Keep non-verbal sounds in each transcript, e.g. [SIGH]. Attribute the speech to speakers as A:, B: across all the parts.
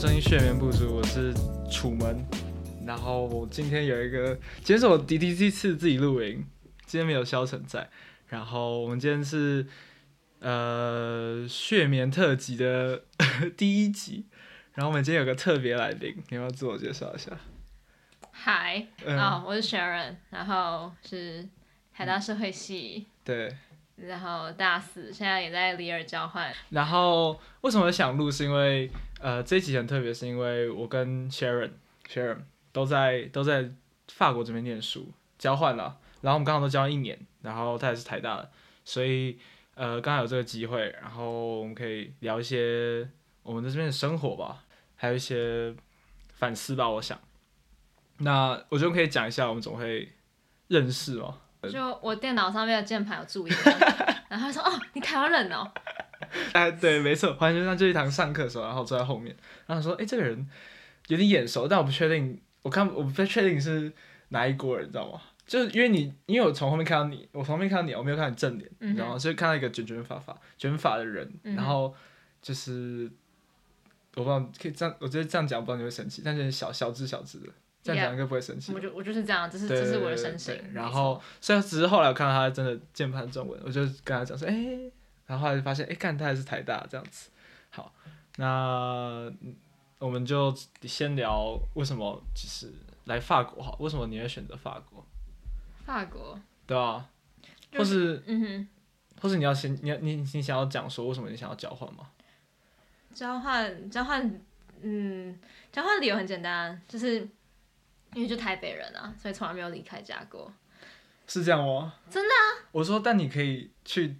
A: 收听睡眠不足，我是楚门。然后我今天有一个，今天是我第第一次自己录影，今天没有萧晨在。然后我们今天是呃睡眠特辑的 [LAUGHS] 第一集。然后我们今天有个特别来宾，你要不要自我介绍一下？
B: 嗨，
A: 嗯
B: 哦，我是 Sharon，然后是台大社会系，
A: 对。
B: 然后大四，现在也在里尔交换。
A: 然后为什么想录，是因为呃这一集很特别，是因为我跟 Sharon Sharon 都在都在法国这边念书交换了，然后我们刚好都交换一年，然后他也是台大的，所以呃刚好有这个机会，然后我们可以聊一些我们在这边的生活吧，还有一些反思吧，我想。那我觉得可以讲一下我们总会认识哦，
B: 就我电脑上面的键盘有注音
A: [LAUGHS]
B: 啊，然后他说：“哦，你台湾人哦。
A: 哎，对，没错，环球上这一堂上课的时候，然后坐在后面，然后说，哎，这个人有点眼熟，但我不确定，我看我不太确定是哪一国人，你知道吗？就是因为你，因为我从后面看到你，我从后面看到你，我没有看到你正脸，
B: 嗯哼
A: 你知道吗？所以看到一个卷卷发发卷发的人，
B: 嗯哼
A: 然后就是我不知道可以这样，我觉得这样讲，我不知道你会生气，但就是小小只小只的，这样
B: Yeah
A: 讲应该不会生”气吧。
B: 我就我就是这样，这是
A: 对，
B: 这是我的
A: 对
B: 身
A: 对
B: 形
A: 对。
B: 没
A: 然
B: 错
A: 后，虽然只是后来我看到他真的键盘中文，我就跟他讲说，哎、然后后来就发现，哎、看他还是台大这样子。好，那嗯我们就先聊为什么就是来法国好，为什么你会选择法国，
B: 法国，
A: 对吧、
B: 就
A: 或是
B: 嗯哼，
A: 或是你要先，你要你你想要讲说为什么你想要交换吗？
B: 交换交换，嗯，交换理由很简单，啊就是因为就台北人啊，所以从来没有离开家过。
A: 是这样吗？
B: 真的
A: 啊！我说，但你可以去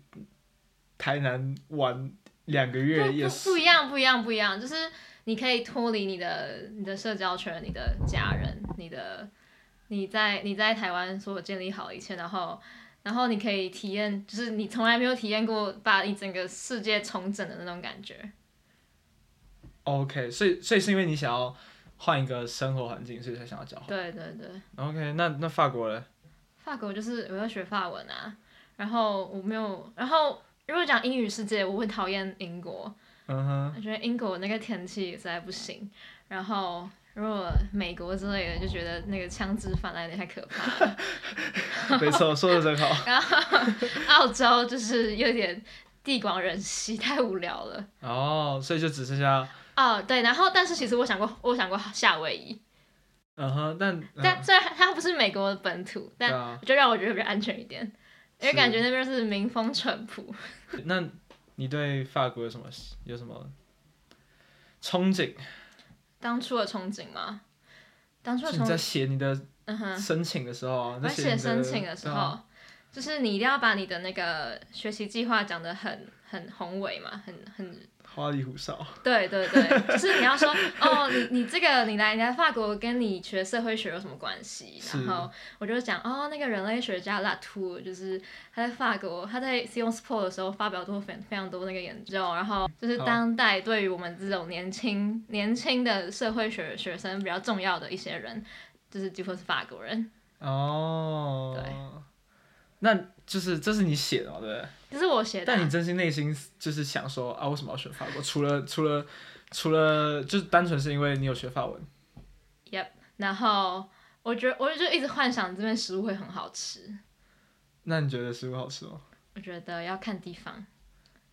A: 台南玩两个
B: 不
A: 月，也
B: 不
A: 是
B: 不一样，不一样，不一样，就是你可以脱离你的你的社交圈、你的家人、你的你在你在台湾所建立好的一切，然后然后你可以体验，就是你从来没有体验过把你整个世界重整的那种感觉。
A: OK，所以所以是因为你想要换一个生活环境，所以才想要交换。
B: 对对对，
A: OK，那那法国嘞？
B: 法国就是我要学法文啊，然后我没有，然后如果讲英语世界，我会讨厌英国，
A: 嗯哼，
B: 我觉得英国那个天气实在不行，然后如果美国之类的，就觉得那个枪支泛滥有点太可怕了。
A: 没错，说的真好。
B: [LAUGHS] 然后澳洲就是有点地广人稀，太无聊了。
A: 哦，所以就只剩下
B: 哦，对，然后但是其实我想过，我想过夏威夷，
A: 嗯哼，但嗯
B: 但虽然它不是美国的本土，
A: 对
B: 但
A: 啊，
B: 就让我觉得比较安全一点，因为
A: 是
B: 感觉那边是民风淳朴。
A: 那你对法国有什么有什么憧憬？
B: 当初的憧憬吗？当初的
A: 是
B: 憧
A: 你在
B: 憬，
A: 写你的
B: 嗯哼，
A: 申请的时候啊，
B: 而
A: 在
B: 且
A: 你
B: 申请的时，
A: 对啊
B: 候，就是你一定要把你的那个学习计划讲得很很宏伟嘛，很很
A: 花里胡哨。
B: 对对对，就是你要说哦，你你这个你来你来法国跟你学社会学有什么关系？
A: 是
B: 然后我就讲哦，那个人类学家拉图，就是他在法国，他在 Sciences Po 的时候发表多非非常多那个研究，然后就是
A: 好
B: 当代对于我们这种年轻年轻的社会学学生比较重要的一些人，就是几乎是法国人。
A: 哦，对，那就是这是你写的嘛，对不对？
B: 这是我写的啊、
A: 但你真心内心就是想说啊，为什么要学法国？除了除了除了，就是单纯是因为你有学法文。
B: 然后我觉得我就一直幻想这边食物会很好吃，
A: 那你觉得食物好吃吗？
B: 我觉得要看地方，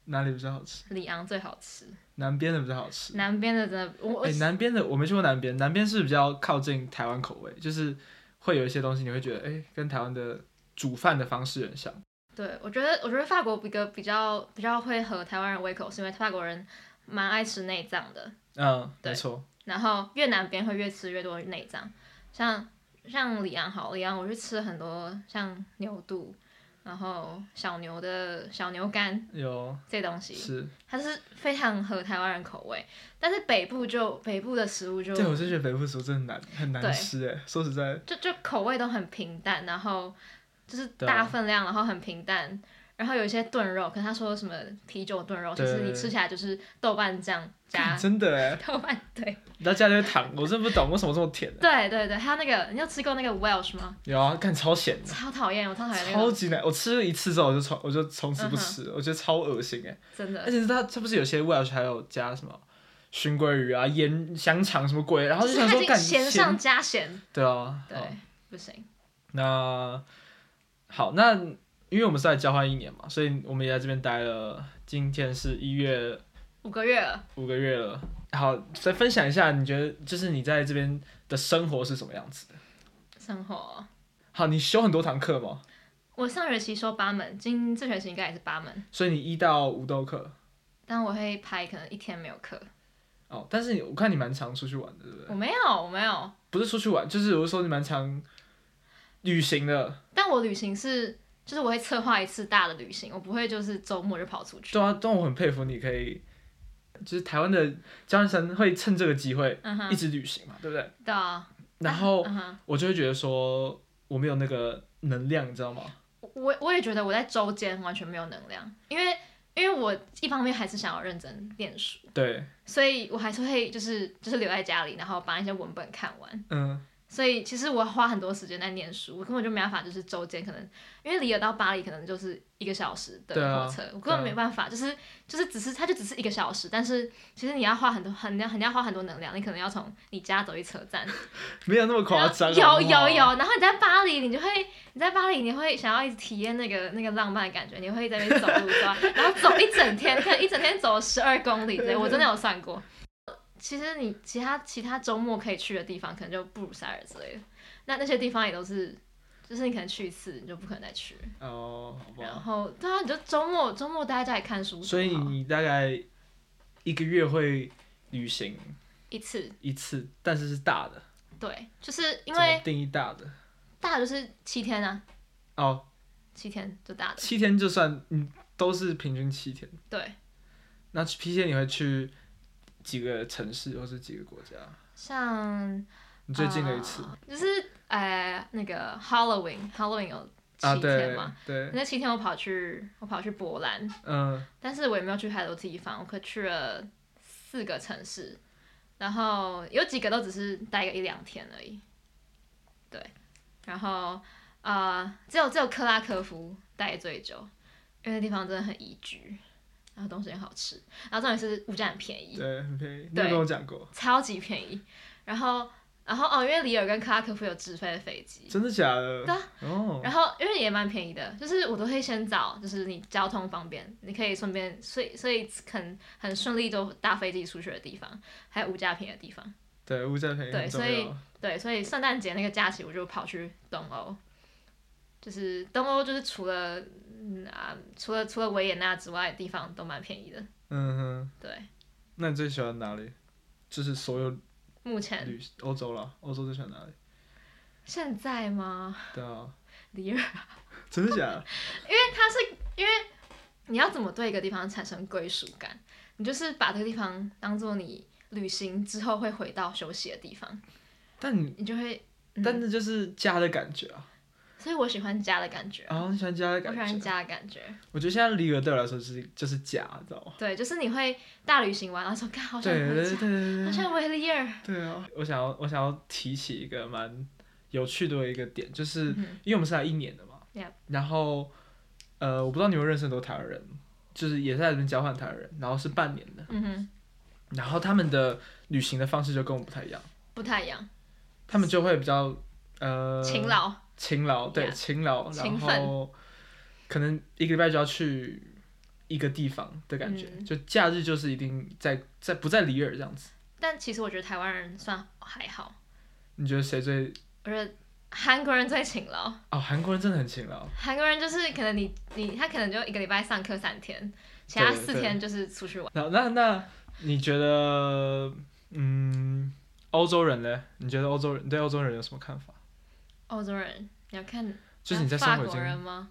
A: 哪里比较好吃？
B: 里昂最好吃，
A: 南边的比较好吃。
B: 南边的真的嗯我我、
A: 哎、南边的我没去过南边，南边是比较靠近台湾口味，就是会有一些东西你会觉得，哎、跟台湾的煮饭的方式很像。
B: 对我觉得我觉得法国一个比较比较会合台湾人胃口，是因为法国人蛮爱吃内脏的，
A: 嗯，
B: 对
A: 没错。
B: 然后越南边会越吃越多内脏，像像里昂好，里昂我去吃了很多像牛肚，然后小牛的小牛肝
A: 有
B: 这东西，
A: 是，
B: 它是非常合台湾人口味，但是北部就北部的食物就
A: 对，我是觉得北部食物真的很难很
B: 对
A: 难吃哎、说实在，
B: 就就口味都很平淡，然后就是
A: 对啊
B: 大分量，然后很平淡，然后有一些炖肉，跟他说什么啤酒炖肉，其实
A: 对
B: 你吃起来就是豆瓣酱
A: [LAUGHS]
B: 加
A: 真的哎、
B: [LAUGHS] 豆瓣，对
A: 大家都糖，我真不懂为什么这么甜、啊。
B: 对对对，还有那个，你有吃过那个 Welsh 吗？
A: 有啊，看超咸的。
B: 超讨厌，我超讨厌那
A: 超
B: 个，
A: 级难，我吃了一次之后我就从我就从此不
B: 嗯哼嗯
A: 吃了，我觉得超恶心哎、
B: 真
A: 而
B: 的，
A: 且是它它不是有些 Welsh 还有加什么熏鲑鱼啊、腌香肠什么鬼，然后
B: 就
A: 就是想
B: 他
A: 说
B: 已经
A: 干
B: 咸上加咸，
A: 对啊，
B: 对
A: 好，
B: 不行，
A: 那好，那因为我们是在交换一年嘛，所以我们也在这边待了，今天是一月
B: 五个月了。
A: 五个月了。好，再分享一下，你觉得就是你在这边的生活是什么样子的？
B: 生活，
A: 好，你修很多堂课吗？
B: 我上学期修八门，今这学期应该也是八门，
A: 所以你一到五都有课
B: 但我会排可能一天没有课。
A: 哦。但是你我看你蛮常出去玩的，对不对？
B: 我没有，我没有，
A: 不是出去玩，就是我是说你蛮常旅行的。
B: 但我旅行是，就是我会策划一次大的旅行，我不会就是周末就跑出去。
A: 对啊，但我很佩服你可以，就是台湾的交换生会趁这个机会
B: 嗯
A: 一哦
B: 哼，
A: 直旅行嘛，对不对？
B: 对啊。
A: 然后
B: 嗯哼，
A: 我就会觉得说我没有那个能量，你知道吗？
B: 我我也觉得我在周间完全没有能量，因为因为我一方面还是想要认真念书，
A: 对，
B: 所以我还是会就是就是留在家里，然后把一些文本看完。
A: 嗯，
B: 所以其实我花很多时间在念书，我根本就没办法，就是周间可能因为里尔到巴黎可能就是一个小时的
A: 对啊
B: 火车，我根
A: 对
B: 本
A: 啊
B: 没办法，就是就是只是它就只是一个小时，但是其实你要花很多很很要花很多能量，你可能要从你家走去车站，
A: 没有那么夸张。啊哦
B: 然
A: 好
B: 后
A: 不
B: 有
A: 好
B: 有有，，然后你在巴黎，你就会你在巴黎你会想要一直体验那个那个浪漫的感觉，你会在那边走
A: [LAUGHS]
B: 路走啊，然后走一整天，可能一整天走十二公里之类，我真的有算过。其实你其他其他周末可以去的地方，可能就布鲁塞尔之类的，那那些地方也都是，就是你可能去一次，你就不可能再去。
A: 哦，好
B: 然
A: 吧。
B: 后对啊，你就周末周末待在家里看书，
A: 所以
B: 多好
A: 你大概一个月会旅行
B: 一次
A: 一次，但是是大的，
B: 对，就是因
A: 怎么
B: 为
A: 定义大的？
B: 大的就是七天啊，
A: 哦，
B: 七天就大的，
A: 七天就算，嗯，都是平均七天。
B: 对，
A: 那去七天你会去几个城市或是几个国家？
B: 像
A: 你最近的一次
B: 啊就是呃那个 Halloween，Halloween 有
A: 啊？
B: 七天
A: 对
B: 嘛，
A: 对，
B: 那七天我跑去我跑去波兰，
A: 嗯，
B: 但是我也没有去太多地方，我可去了四个城市，然后有几个都只是待个一两天而已，对，然后呃只有只有克拉科夫待最久，因为那地方真的很宜居，然后东西很好吃，然后重点是物价很便宜，
A: 对，很便宜。你有
B: 对
A: 跟我讲过，
B: 超级便宜，然后然后哦因为里尔跟克拉科夫有直飞的飞机，
A: 真的假的？
B: 对啊
A: 哦，
B: 然后因为也蛮便宜的，就是我都会先找，就是你交通方便，你可以顺便，所以所以很很顺利都搭飞机出去的地方，还有物价便宜的地方。
A: 对，物价便宜
B: 对
A: 很重
B: 所以
A: 要。
B: 对，所以圣诞节那个假期我就跑去东欧，就是东欧就是除了嗯啊除了除了维也纳之外的地方都蛮便宜的。
A: 嗯哼，
B: 对，
A: 那你最喜欢哪里？就是所有
B: 目前
A: 旅欧洲啦，欧洲最喜欢哪里？
B: 现在吗？
A: 对啊，
B: 里尔，
A: 真的假的？
B: 你要怎么对一个地方产生归属感？你就是把这个地方当做你旅行之后会回到休息的地方。
A: 但你
B: 你就会，嗯、
A: 但是就是家的感觉啊，
B: 所以我喜欢家的感觉，
A: 啊，你喜欢家的
B: 我
A: 感
B: 喜
A: 觉。
B: 欢家的感觉，
A: 我觉得现在离合对我来说就是就是家，你知道吗？
B: 对，就是你会大旅行完，然后说，看，好想
A: 对对
B: 回
A: 对
B: 哦家，
A: 对
B: 好
A: 对
B: 想回里尔，
A: 对啊！我想要我想要提起一个蛮有趣的一个点，就是
B: 嗯哼
A: 因为我们是来一年的嘛
B: Yep
A: 然后呃，我不知道你有没有认识很多台湾人，就是也在这边交换台湾人，然后是半年的，
B: 嗯哼，
A: 然后他们的旅行的方式就跟我们不太一样，
B: 不太一样，
A: 他们就会比较呃
B: 勤劳，
A: 勤劳，对
B: Yeah
A: 勤劳，
B: 勤
A: 然
B: 奋
A: 后可能一个礼拜就要去一个地方的感觉，
B: 嗯
A: 就假日就是一定在在不在里尔这样子。
B: 但其实我觉得台湾人算还好，
A: 你觉得谁最？
B: 我觉得韩国人最勤劳，
A: 哦，韩国人真的很勤劳，
B: 韩国人就是可能你你他可能就一个礼拜上课三天，其他
A: 对
B: 四
A: 对
B: 天就是出去玩。
A: 那那那，你觉得，嗯，欧洲人呢？你觉得欧洲人你对欧洲人有什么看法？
B: 欧洲人，你要看，呃
A: 就是你在生
B: 法
A: 活已
B: 国人
A: 经，
B: 吗？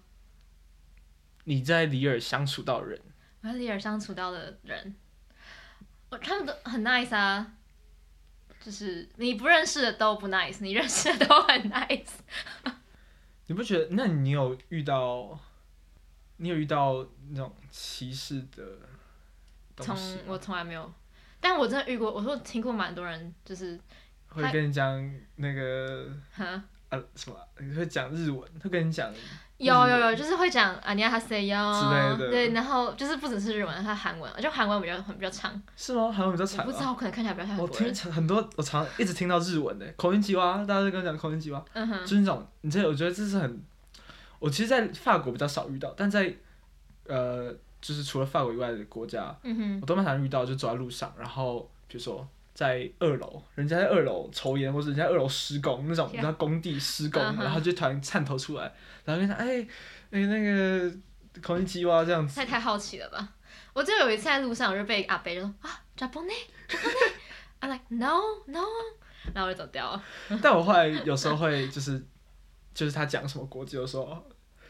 A: 你在里尔相处到的人，
B: 我和里尔相处到的人，我他们都很 nice 啊，就是你不认识的都不 nice，你认识的都
A: [LAUGHS]
B: 很 nice。
A: 你不觉得？那你有遇到，你有遇到那种歧视的东
B: 从
A: 西吗？
B: 我从来没有，但我真的遇过，我说我听过蛮多人就是
A: 会跟你讲那个
B: 哈
A: 啊什么，会讲日文，会跟你讲
B: 有有有，就是会讲啊，你要哈塞哟
A: 之类的
B: 对，然后就是不只是日文，还有韩文，就韩文比较很比较长，
A: 是吗？韩文比较
B: 我
A: 惨
B: 不知
A: 吗？
B: 道，可能看起来比较像
A: 我
B: 韩国
A: 听
B: 人。
A: 常很多，我常一直听到日文的口音吉娃，大家都跟我讲口音吉娃，
B: 嗯哼，
A: 就是那种，你这我觉得这是很，我其实，在法国比较少遇到，但在呃，就是除了法国以外的国家，
B: 嗯哼，
A: 我都蛮常遇到，就走在路上，然后比如说在二楼，人家在二楼抽烟，或者人家在二楼施工那种，你知道工地施工，
B: 嗯哼
A: 然后就突然探头出来，然后跟他哎哎那个口音吉娃这样子
B: 太，太好奇了吧？我就有一次在路上，我就被阿伯就说啊 j a p a n e i m like no no，然后我就走掉了。
A: 但我后来有时候会就是就是他讲什么国籍，我说哦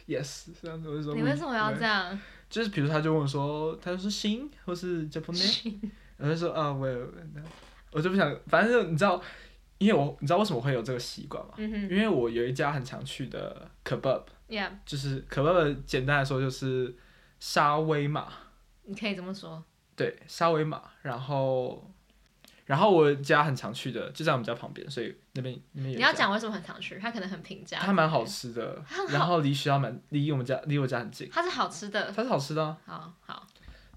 A: yes 这样子，我就说
B: 你为什么要
A: 嗯
B: 这样？
A: 就是比如他就问我说，他就说行，或是 Japanese，我就说啊，我也我就不想，反正就你知道，因为我你知道为什么会有这个习惯吗？
B: 嗯哼
A: 因为我有一家很常去的 kebab，
B: ，Yeah，
A: 就是 kebab 简单来说就是沙威玛，
B: 你可以这么说。
A: 对，沙威玛，然后然后我家很常去的就在我们家旁边，所以那边那边有
B: 你
A: 一家
B: 要讲为什么很常去，它可能很平价。
A: 它蛮好吃的
B: 它很，好呃
A: 然后离学校蛮离我们家离我家很近，
B: 它是好吃的。
A: 它是好吃的啊、
B: 好好，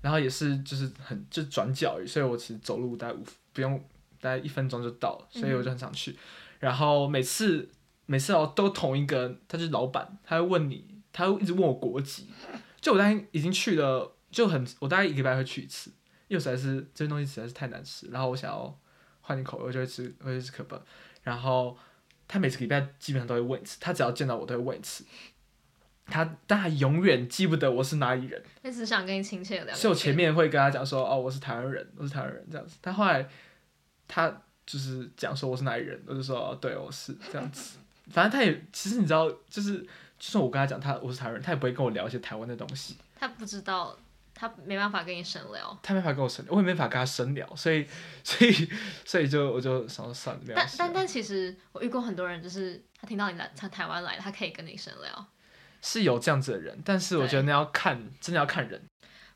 A: 然后也是就是很就转角而已，所以我其实走路大概五不用大概一分钟就到了，所以我就很想去。然后每次每次哦都同一个人，他就是老板，他会问你，他会一直问我国籍。就我大概已经去了，就很我大概一个礼拜会去一次，因为实在是这些东西实在是太难吃，然后我想要换点口味，我就会吃我就会吃可乐。然后他每次礼拜基本上都会问一次，他只要见到我都会问一次。他但他永远记不得我是哪里人。
B: 我只是想跟你亲切的聊。
A: 所以我前，面会跟他讲说，哦，我是台湾人，我是台湾人这样子。但后来他就是讲说我是哪里人，我就说，哦、对，我是这样 [LAUGHS] 子。反正他也其实你知道，就是就算我跟他讲他我是台湾人，他也不会跟我聊一些台湾的东西，
B: 他不知道，他没办法跟你深聊。
A: 他没法跟我深聊，我也没法跟他深聊，所以所以所以就我就想说算了，没关
B: 但
A: 系啊。
B: 但但其实我遇过很多人，就是他听到你来他台湾来，他可以跟你深聊。
A: 是有这样子的人，但是我觉得那要看，真的要看人。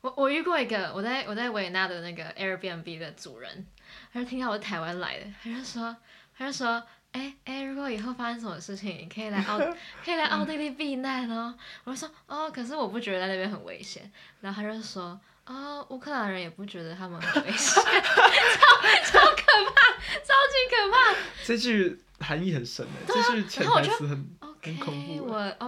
B: 我我遇过一个，我在我在维也纳的那个 Airbnb 的主人，他就听到我是台湾来的，他就说他就说，哎、哎、如果以后发生什么事情，你可以
A: [LAUGHS]
B: 来奥可以来奥地利避难哦。我就说哦，可是我不觉得在那边很危险。然后他就说。哦，乌克兰人也不觉得他们很危险，超 [LAUGHS] 超可怕，超级可怕。
A: 这句含义很深诶、这句潜
B: 然后我
A: 台
B: 就
A: 词很
B: OK，
A: 恐怖欸
B: 我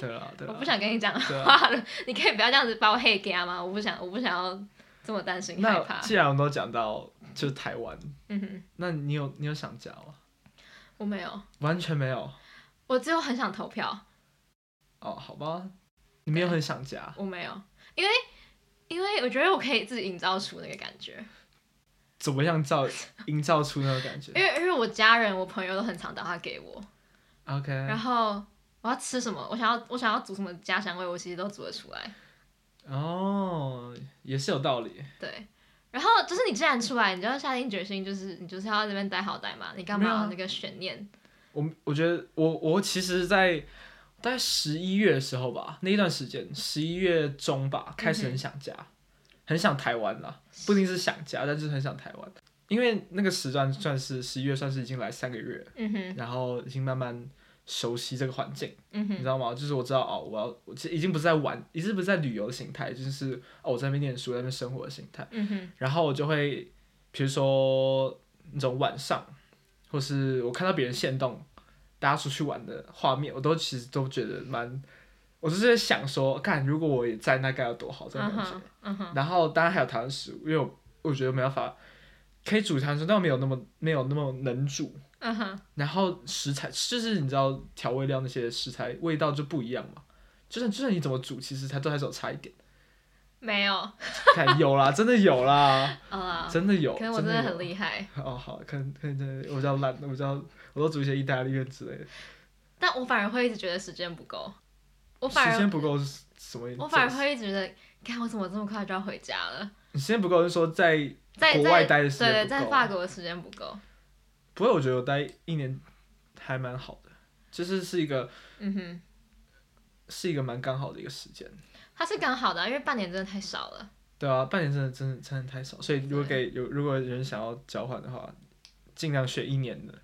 A: [LAUGHS] 对啊对啊。
B: 我不想跟你讲
A: 对啊
B: 话了，你可以不要这样子把我黑给他吗？我不想，我不想要这么担心害
A: 那
B: 怕。 [LAUGHS]
A: 既然我们都讲到就是台湾，
B: 嗯哼，
A: 那你有你有想家吗？
B: 我没有，
A: 完全没有
B: 我只有很想投票，
A: 哦，好吧，你没有很想家，
B: 我没有，因为因为我觉得我可以自己营造出那个感觉，
A: 怎么样
B: [LAUGHS]
A: 造营造出那种感觉
B: 因为因为我家人、我朋友都很常打电话给我，然
A: ？OK，
B: 后我要吃什么，我想要我想要煮什么家乡味，我其实都煮得出来。
A: 哦，也是有道理，
B: 对，然后就是你既然出来，你就要下定决心，就是你就是要在那边待好待嘛，你干嘛
A: 没有啊
B: 有那个悬念？
A: 我我觉得我我其实在，大概十一月的时候吧，那一段时间，十一月中吧，开始很想家，
B: 嗯
A: 很想台湾啦，不一定是想家，但就是很想台湾，因为那个时段算是十一月，算是已经来三个月了，
B: 嗯哼，
A: 然后已经慢慢熟悉这个环境。
B: 嗯
A: 你知
B: 哼，
A: 道吗？就是我知道哦，我要我其实已经不是在玩，已经不是在旅游的形态，就是哦我在那边念书，在那边生活的形态。
B: 嗯哼。
A: 然后我就会，比如说那种晚上，或是我看到别人现动，大家出去玩的画面，我都其实都觉得蛮，我就是在想说，看如果我也在，那该有多好这种
B: 嗯
A: 感觉。
B: 哼，嗯哼，
A: 然后当然还有台湾食物，因为我我觉得没办法，可以煮台湾食物，但我没有那么没有那么能煮。
B: 嗯哼，
A: 然后食材就是你知道调味料那些食材味道就不一样嘛，就算就算你怎么煮，其实它都还是有差一点。
B: 没有，
A: 看有啦，真的有
B: [LAUGHS]
A: 啦，
B: 啊，
A: 真的有。
B: 可能我真
A: 真
B: 的
A: 有
B: 很厉害，
A: 哦，好，可能可能真的我比较懒，我比较我都煮一些意大利面之类的，
B: 但我反而会一直觉得时间不够， [LAUGHS] 我反
A: 时
B: 而
A: 间不够是什么意思？
B: 我反而会一直觉得，看我怎么这么快就要回家了，
A: 你时间不够是说在
B: 在
A: 国
B: 在
A: 外待的时间
B: 对对，
A: 不够啊
B: 在法国的时间不够，
A: 不会，我觉得我待一年还蛮好的，就是是一个
B: 嗯哼，
A: 是一个蛮刚好的一个时间。
B: 它是刚好的啊，因为半年真的太少了，
A: 对啊，半年真的真的真的太少，所以如果给有如果有人想要交换的话，尽量选一年的。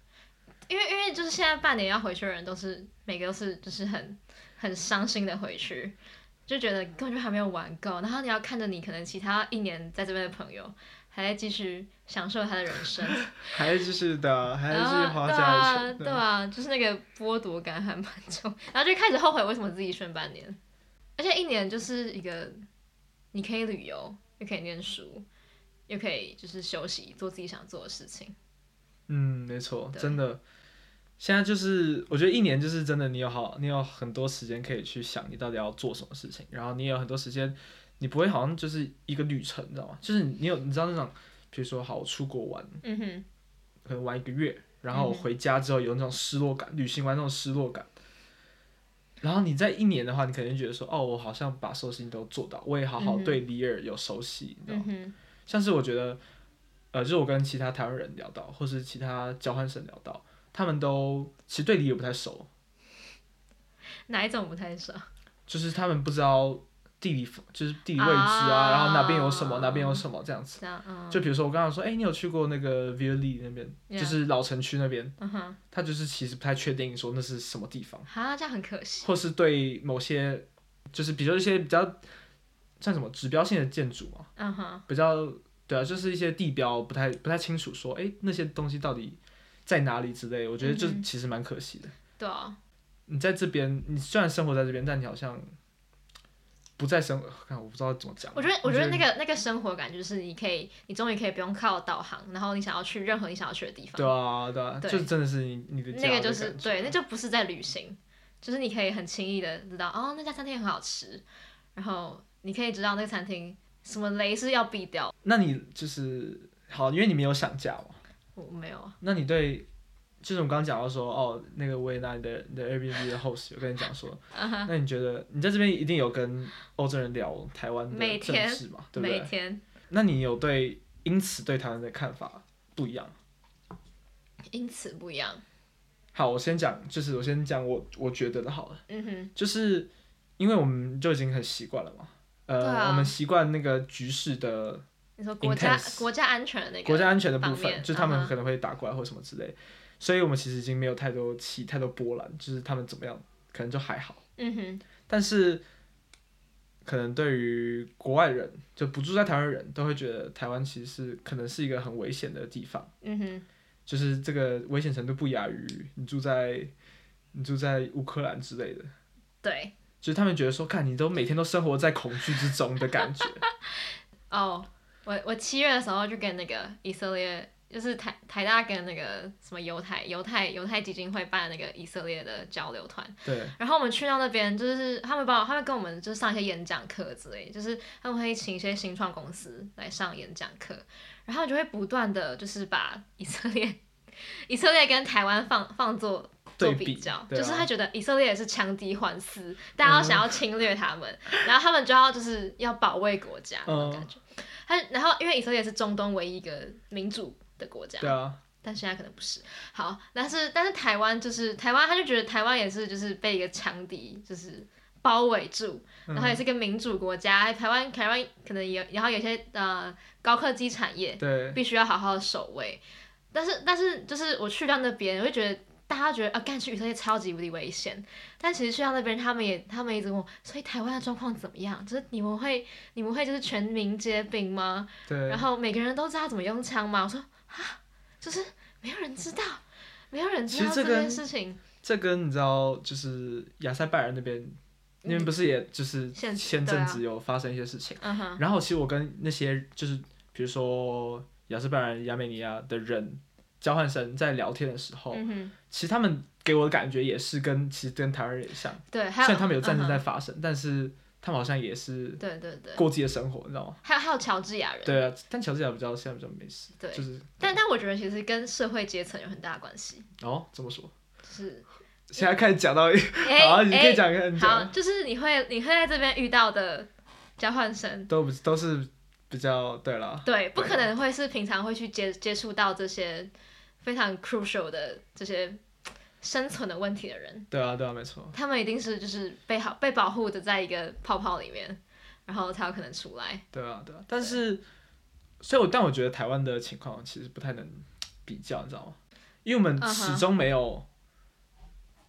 B: 因为因为就是现在半年要回去的人都是每个都是就是很很伤心的回去，就觉得根本就还没有玩够，然后你要看着你可能其他一年在这边的朋友还在继续享受他的人生，
A: 还是继续的，还是
B: 然
A: 继续
B: 后
A: 花
B: 对
A: 价
B: 啊
A: 钱。
B: 对啊，就是那个剥夺感还蛮重， [LAUGHS] 然后就开始后悔为什么自己选半年，而且一年就是一个你可以旅游，又可以念书，又可以就是休息，做自己想做的事情。
A: 嗯，没错，
B: 对
A: 真的。现在就是，我觉得一年就是真的，你有好，你有很多时间可以去想你到底要做什么事情，然后你也有很多时间，你不会好像就是一个旅程，你知道吗？就是你有，你知道那种，比如说好，我出国玩，
B: 嗯哼，
A: 可能玩一个月，然后我回家之后有那种失落感，旅行完那种失落感。然后你在一年的话，你肯定觉得说，哦，我好像把所有事情都做到，我也好好
B: 嗯哼
A: 对里尔有熟悉，你知道吗
B: 嗯哼，
A: 像是我觉得，呃，就是我跟其他台湾人聊到，或是其他交换生聊到，他们都其实对理也不太熟，
B: 哪一种不太熟？
A: 就是他们不知道地理就是地理位置啊，
B: 啊
A: 然后哪边有什么，哪边有什么这样子。
B: 这样，嗯，
A: 就比如说我刚刚说，哎、你有去过那个 v i l l e 那边
B: Yeah
A: 就是老城区那边，
B: 嗯哼，
A: 他就是其实不太确定说那是什么地方，
B: 哈，这样很可惜。
A: 或是对某些就是比如说一些比较像什么指标性的建筑啊，
B: 嗯哼，
A: 比较对啊，就是一些地标不太不太清楚说，诶那些东西到底在哪里之类，我觉得这
B: 嗯哼
A: 其实蛮可惜的。
B: 对啊，
A: 你在这边，你虽然生活在这边，但你好像不在生活，看我不知道怎么讲。啊
B: 我觉得我觉得那
A: 个
B: 个那个生活感就是你可以，你终于可以不用靠导航，然后你想要去任何你想要去的地方。
A: 对啊对啊，
B: 对
A: 就真的是你你的家
B: 那个
A: 的
B: 就是
A: 感觉
B: 对，那就不是在旅行，就是你可以很轻易的知道，哦，那家餐厅很好吃，然后你可以知道那个餐厅什么雷是要避掉。
A: 那你就是好，因为你没有想家嘛，
B: 我我没有啊，
A: 那你对。就是我们刚刚讲到说，哦，那个维也纳的你的 Airbnb 的 host 有跟你讲
B: [LAUGHS]
A: 说，
B: 嗯
A: 那你觉得你在这边一定有跟欧洲人聊台湾的
B: 每
A: 政
B: 天
A: 治嘛，对不对
B: 每？天
A: 那你有对因此对台湾的看法不一样？
B: 因此不一样。
A: 好，我先讲，就是我先讲我我觉得的好了，
B: 嗯哼，
A: 就是因为我们就已经很习惯了嘛，呃，
B: 对啊
A: 我们习惯那个局势的
B: 你说国家
A: Intense
B: 国家安全的那个
A: 国家安全的部
B: 方
A: 分，
B: 面
A: 就是他们
B: 嗯哼
A: 可能会打过来或什么之类，所以我们其实已经没有太多起太多波澜，就是他们怎么样，可能就还好，
B: 嗯哼，
A: 但是。可能对于国外人，就不住在台湾的人都会觉得台湾其实是可能是一个很危险的地方。
B: 嗯哼，
A: 就是这个危险程度不亚于你住在你住在乌克兰之类的，
B: 对，
A: 就是他们觉得说，看你都每天都生活在恐惧之中的感
B: [LAUGHS]
A: 觉。
B: 哦，我我七月的时候就跟那个以色列，就是台台大跟那个什么犹太犹太犹太基金会办的那个以色列的交流团，
A: 对，
B: 然后我们去到那边，就是他们帮我，他们跟我们就是上一些演讲课之类，就是他们会请一些新创公司来上演讲课，然后就会不断的就是把以色列、 [LAUGHS] 以色列跟台湾放放做做
A: 对比
B: 较，
A: 对啊
B: 就是他觉得以色列是强敌环伺，大家都想要侵略他们，然后他们就要就是要保卫国家那种
A: 嗯
B: 感觉。他然后因为以色列是中东唯一一个民主的国家，
A: 对啊，
B: 但现在可能不是。好，但是但是台湾就是台湾，他就觉得台湾也是就是被一个强敌就是包围住，
A: 嗯
B: 然后也是个民主国家，台湾台湾可能也然后有些呃高科技产业
A: 对，
B: 必须要好好守卫，但是但是就是我去到那边，我就觉得。大家觉得啊，干去以色列超级无敌危险，但其实去到那边，他们也他们一直问我，所以台湾的状况怎么样？就是你们会你们会就是全民皆兵吗？
A: 对
B: 然，后每个人都知道怎么用枪嘛。我说啊，就是没有人知道，没有人知
A: 其
B: 道
A: 实这
B: 件
A: 跟
B: 事情。
A: 这跟你知道，就是亚塞拜然那边，那边不是也就是
B: 现
A: 前
B: 对啊
A: 阵子有发生一些事情，
B: 嗯哼，
A: 然后其实我跟那些就是比如说亚塞拜然、亚美尼亚的人交换生在聊天的时候，
B: 嗯哼，
A: 其实他们给我的感觉也是跟其实跟台湾人也像。
B: 对，还
A: 虽然
B: 有
A: 他们有战争在
B: 嗯
A: 发生，但是他们好像也是
B: 哼对对对，
A: 过自己的生活，你知道吗？
B: 还有还有乔治亚人。
A: 对啊，但乔治亚比较现在比较没事，
B: 对
A: 就是
B: 但但我觉得其实跟社会阶层有很大的关系，
A: 哦，怎么说？
B: 就是
A: 现在开始讲到，
B: 哎
A: 好，你可以
B: 哎，
A: 讲，啊你可以
B: 好，
A: 讲，
B: 就是你会你会在这边遇到的交换生，
A: 都不是都是比较对啦，
B: 对，不
A: 对啊
B: 可能会是平常会去接接触到这些非常 crucial 的这些生存的问题的人。
A: 对啊，对啊，没错，
B: 他们一定是就是被好被保护的，在一个泡泡里面，然后才有可能出来。
A: 对啊，对啊。但是，所以我但我觉得台湾的情况其实不太能比较，你知道吗？因为我们
B: 嗯哼
A: 始终没有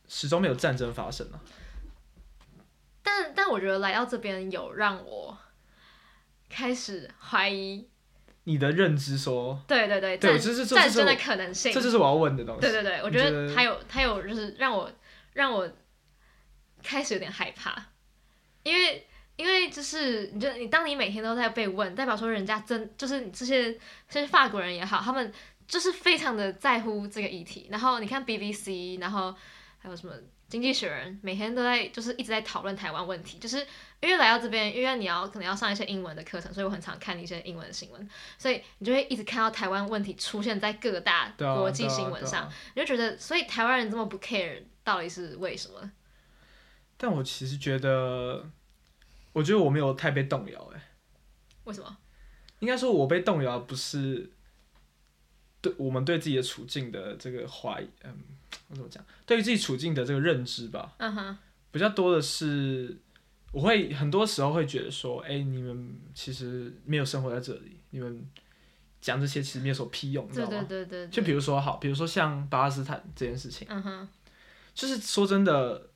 A: 始终没有战争发生啊。
B: 但但我觉得来到这边有让我开始怀疑，
A: 你的认知说，
B: 对对对，
A: 对
B: 战
A: 这是这
B: 战
A: 这是
B: 争的
A: 我
B: 可能性
A: 这，就是我要问的东西。啊
B: 对对对，我
A: 你
B: 觉
A: 觉
B: 得
A: 得
B: 他有他有就是让我让我开始有点害怕，因为因为就是你就你当你每天都在被问，代表说人家真就是你这些这些法国人也好，他们就是非常的在乎这个议题。然后你看 BBC，然后还有什么《经济学人》，每天都在就是一直在讨论台湾问题，就是因为来到这边，因为你要可能要上一些英文的课程，所以我很常看一些英文的新闻，所以你就会一直看到台湾问题出现在各大
A: 对啊，
B: 国际
A: 对啊
B: 新闻
A: 对啊
B: 上。你就觉得，所以台湾人这么不 care，到底是为什么？
A: 但我其实觉得，我觉得我没有太被动摇哎、
B: 为什么？
A: 应该说我被动摇不是对我们对自己的处境的这个怀疑，嗯，我怎么讲？对于自己处境的这个认知吧，
B: 嗯哼，
A: 比较多的是，我会很多时候会觉得说，哎、你们其实没有生活在这里，你们讲这些其实没有什么屁用，你知
B: 对
A: 道吗？
B: 对对对，
A: 就
B: 对
A: 比如说好，比如说像巴勒斯坦这件事情，
B: 嗯哼，
A: 就是说真的，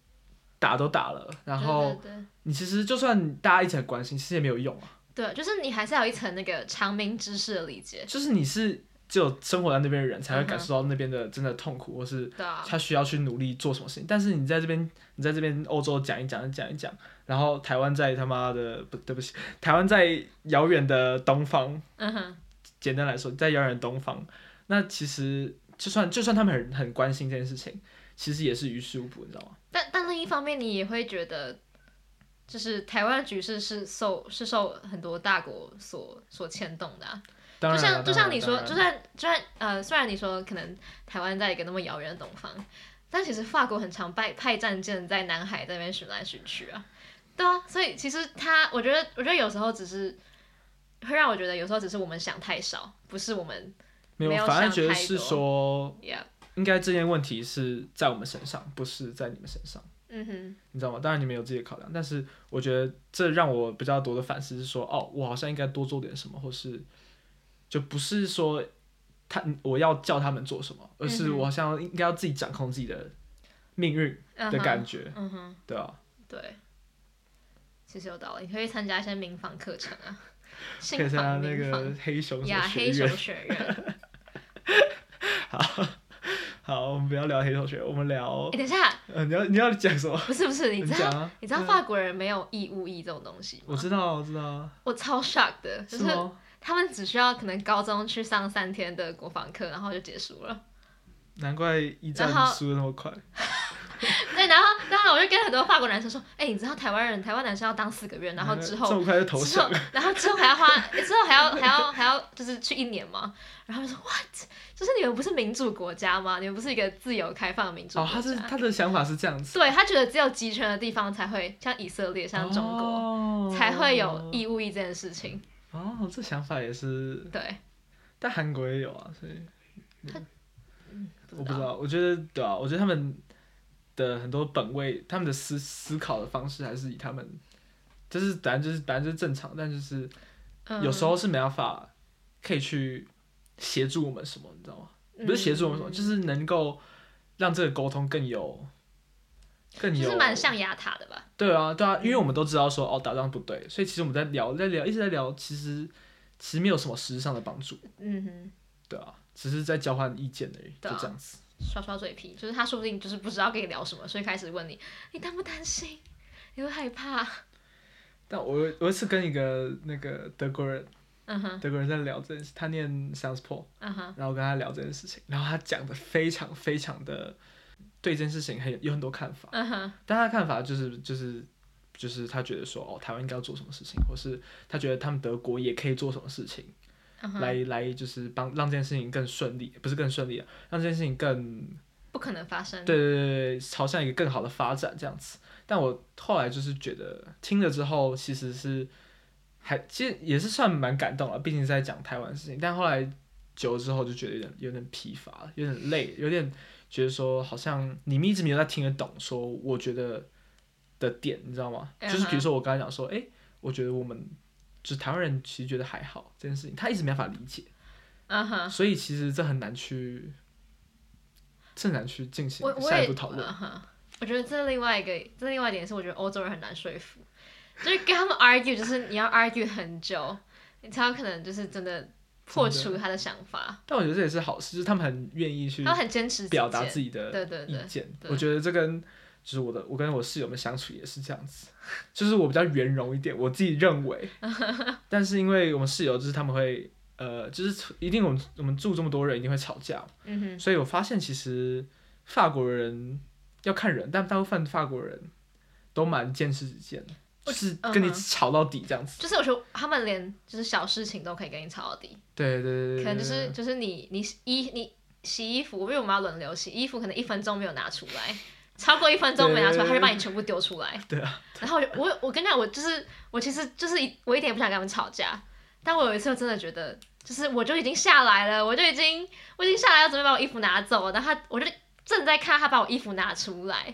A: 打都打了，然后
B: 对对
A: 你其实就算大家一起很关心，其实也没有用啊。
B: 对对，就是你还是要有一层那个长明知识的理解，
A: 就是你是只有生活在那边的人才会
B: 呃嗯哼
A: 感受到那边的真的痛苦，或是
B: 对啊，
A: 他需要去努力做什么事情。但是你在这边，你在这边欧洲讲一讲，讲一讲，然后台湾在他妈的不对不起， [LAUGHS] 台湾在遥远的东方，
B: 嗯哼，
A: 简单来说，在遥远的东方，那其实就算就算他们很很关心这件事情，其实也是于事无补，你知道吗？
B: 但但另一方面，你也会觉得，就是台湾的局势是受是受很多大国所所牵动的、啊，
A: 当
B: 就
A: 然啊，
B: 像就像你说，
A: 当然啊
B: 就算就算呃，虽然你说可能台湾在一个那么遥远的东方，但其实法国很常派派战舰在南海这边巡来巡去啊，对啊，所以其实他，我觉得我觉得有时候只是会让我觉得有时候只是我们想太少，不是我们
A: 没
B: 没有
A: 有，反而
B: 想
A: 觉得
B: 太
A: 是
B: 多
A: 说，
B: 呀
A: 应该这件问题是在我们身上，不是在你们身上。
B: 嗯哼，
A: 你知道吗？当然你们有自己的考量，但是我觉得这让我比较多的反思是说，哦，我好像应该多做点什么，或是就不是说他我要叫他们做什么，而是
B: 嗯哼
A: 我好像应该要自己掌控自己的命运
B: 嗯
A: 的
B: 哼
A: 感觉，
B: 嗯哼，
A: 对啊，
B: 对，其实有道理，你可以参加一些民防课程啊，
A: 可以
B: 信
A: 参加
B: 防
A: 那
B: 民
A: 个
B: 防
A: 黑熊什么
B: 呀，
A: 学
B: 黑
A: [LAUGHS]
B: 手
A: 院。
B: 学院，
A: 好，我们不要聊黑熊学院，我们聊
B: 哎、，等一下，
A: 呃，你要你要讲什么？
B: 不是不是，你
A: [LAUGHS] 你
B: 知
A: 讲
B: 道。
A: 啊，
B: 你知道法国人没有义务役这种东西吗？
A: 我知道，我知道啊，
B: 我超 shock 的，就是
A: 是吗？
B: 他们只需要可能高中去上三天的国防课，然后就结束了。 [LAUGHS]
A: 难怪一战
B: 然后
A: 输的那么快，
B: 对，然后然后我就跟很多法国男生说，哎、你知道台湾人，台湾男生要当四个月，然后之
A: 哎这
B: 后
A: 么快就投
B: 之
A: 降
B: 后， [LAUGHS] 然后之后还要花，之后还要还要还要就是去一年嘛。然后他们说 what？就是你们不是民主国家吗？你们不是一个自由开放的民主国
A: 哦，
B: 家？
A: 他是他的想法是这样子，
B: 对他觉得只有集权的地方才会像以色列、像中国、
A: 国
B: 才会有义务役这件事情。
A: 哦，这想法也是，
B: 对，
A: 但韩国也有啊，所以我
B: 嗯不
A: 不知道。我觉得对啊，我觉得他们的很多本位，他们的思思考的方式还是以他们，就是本来就是本来就是正常，但就是
B: 嗯
A: 有时候是没办法可以去协助我们什么，你知道吗？不是协助我们什么，
B: 嗯
A: 就是能够让这个沟通更有。更有
B: 就是蛮象牙塔的吧？
A: 对啊，对啊，因为我们都知道说哦，打仗不对，所以其实我们在聊，在聊，一直在聊，其实其实没有什么实质上的帮助。
B: 嗯哼，
A: 对啊，只是在交换意见而已，
B: 对啊
A: 就这样子。
B: 刷刷嘴皮，就是他说不定就是不知道跟你聊什么，所以开始问你，你担不担心？你会害怕？
A: 但我有我有一次跟一个那个德国人，
B: 嗯哼，
A: 德国人在聊这件事，他念 Science Po，
B: 嗯哼，
A: 然后我跟他聊这件事情，然后他讲的非常非常的对这件事情很有有很多看法，
B: 嗯哼，
A: 但他的看法就是就是就是他觉得说哦，台湾应该要做什么事情，或是他觉得他们德国也可以做什么事情，
B: 嗯
A: 来
B: 哼，
A: 来就是帮让这件事情更顺利，不是更顺利啊，让这件事情更
B: 不可能发生。
A: 对对对对，朝向一个更好的发展这样子。但我后来就是觉得听了之后，其实是还其实也是算蛮感动了，啊毕竟是在讲台湾的事情。但后来久了之后，就觉得有点有点疲乏了，有点累，有点觉得说好像你们一直没有在听得懂，说我觉得的点，你知道吗？就是比如说我刚才讲说，哎、我觉得我们就是台湾人其实觉得还
B: 啊
A: 好这件事情，他一直没办法理解。
B: 嗯哼，
A: 所以其实这很难去正展去进行
B: 我我
A: 下
B: 也
A: 一步讨论。
B: 啊哈我觉得这另外一个，这另外一点是，我觉得欧洲人很难说服，就是跟他们 argue，就是你要 argue 很久，你才有可能就是真的破
A: 真的
B: 除他的想法。
A: 但我觉得这也是好事，就是他们很愿意去
B: 他们很坚持己
A: 表达
B: 见
A: 自己的
B: 对对
A: 意
B: 对，
A: 见。
B: 对
A: 我觉得这跟就是我的，我跟我室友们相处也是这样子， [LAUGHS] 就是我比较圆融一点，我自己认
B: [LAUGHS]
A: 为。但是因为我们室友就是他们会呃，就是一定我们我们住这么多人一定会吵架，
B: 嗯哼，
A: 所以我发现其实法国人要看人，但大部分法国人都蛮坚持己见的，就是跟你
B: 嗯哼
A: 吵到底这样子。
B: 就是我觉得他们连就是小事情都可以跟你吵到底，
A: 对对对对，
B: 可能就
A: 对
B: 是就是你你衣你洗衣服，因为我们要轮流洗衣服，可能一分钟没有拿出来，超过一分钟没拿出来，
A: 对
B: 他就把你全部丢出来。
A: 对 [LAUGHS] 啊。
B: 然后我就我我跟你讲，我就是我其实就是一我一点也不想跟他们吵架，但我有一次我真的觉得，就是我就已经下来了，我就已经我已经下来要准备把我衣服拿走，然后他我就正在看他把我衣服拿出来，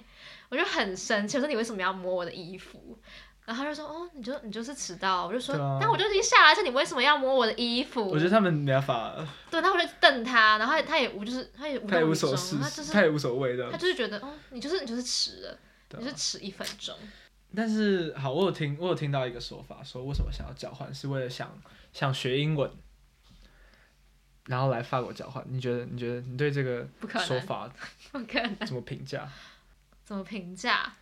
B: 我就很生气，我说你为什么要摸我的衣服？然后他就说：“哦，你就你就是迟到。”我就说：“
A: 对啊
B: 但我就已经下来，是你为什么要摸我的衣服？”
A: 我觉得他们没办法，
B: 对，然后我就瞪他，然后他也他也无就是他也无
A: 他也
B: 动
A: 无
B: 于
A: 所
B: 衷，
A: 事
B: 他
A: 事，
B: 就是
A: 他也无所谓的
B: 他。就是觉得，哦，你就是你就是迟了，
A: 对
B: 你
A: 啊
B: 就迟一分钟，
A: 但是好，我有听我有听到一个说法，说为什么想要交换，是为了想想学英文，然后来法国交换。你觉得你觉得你对这个
B: 不可能
A: 说法
B: 不可能，
A: 怎么评
B: [LAUGHS]
A: 价？
B: 怎么评价？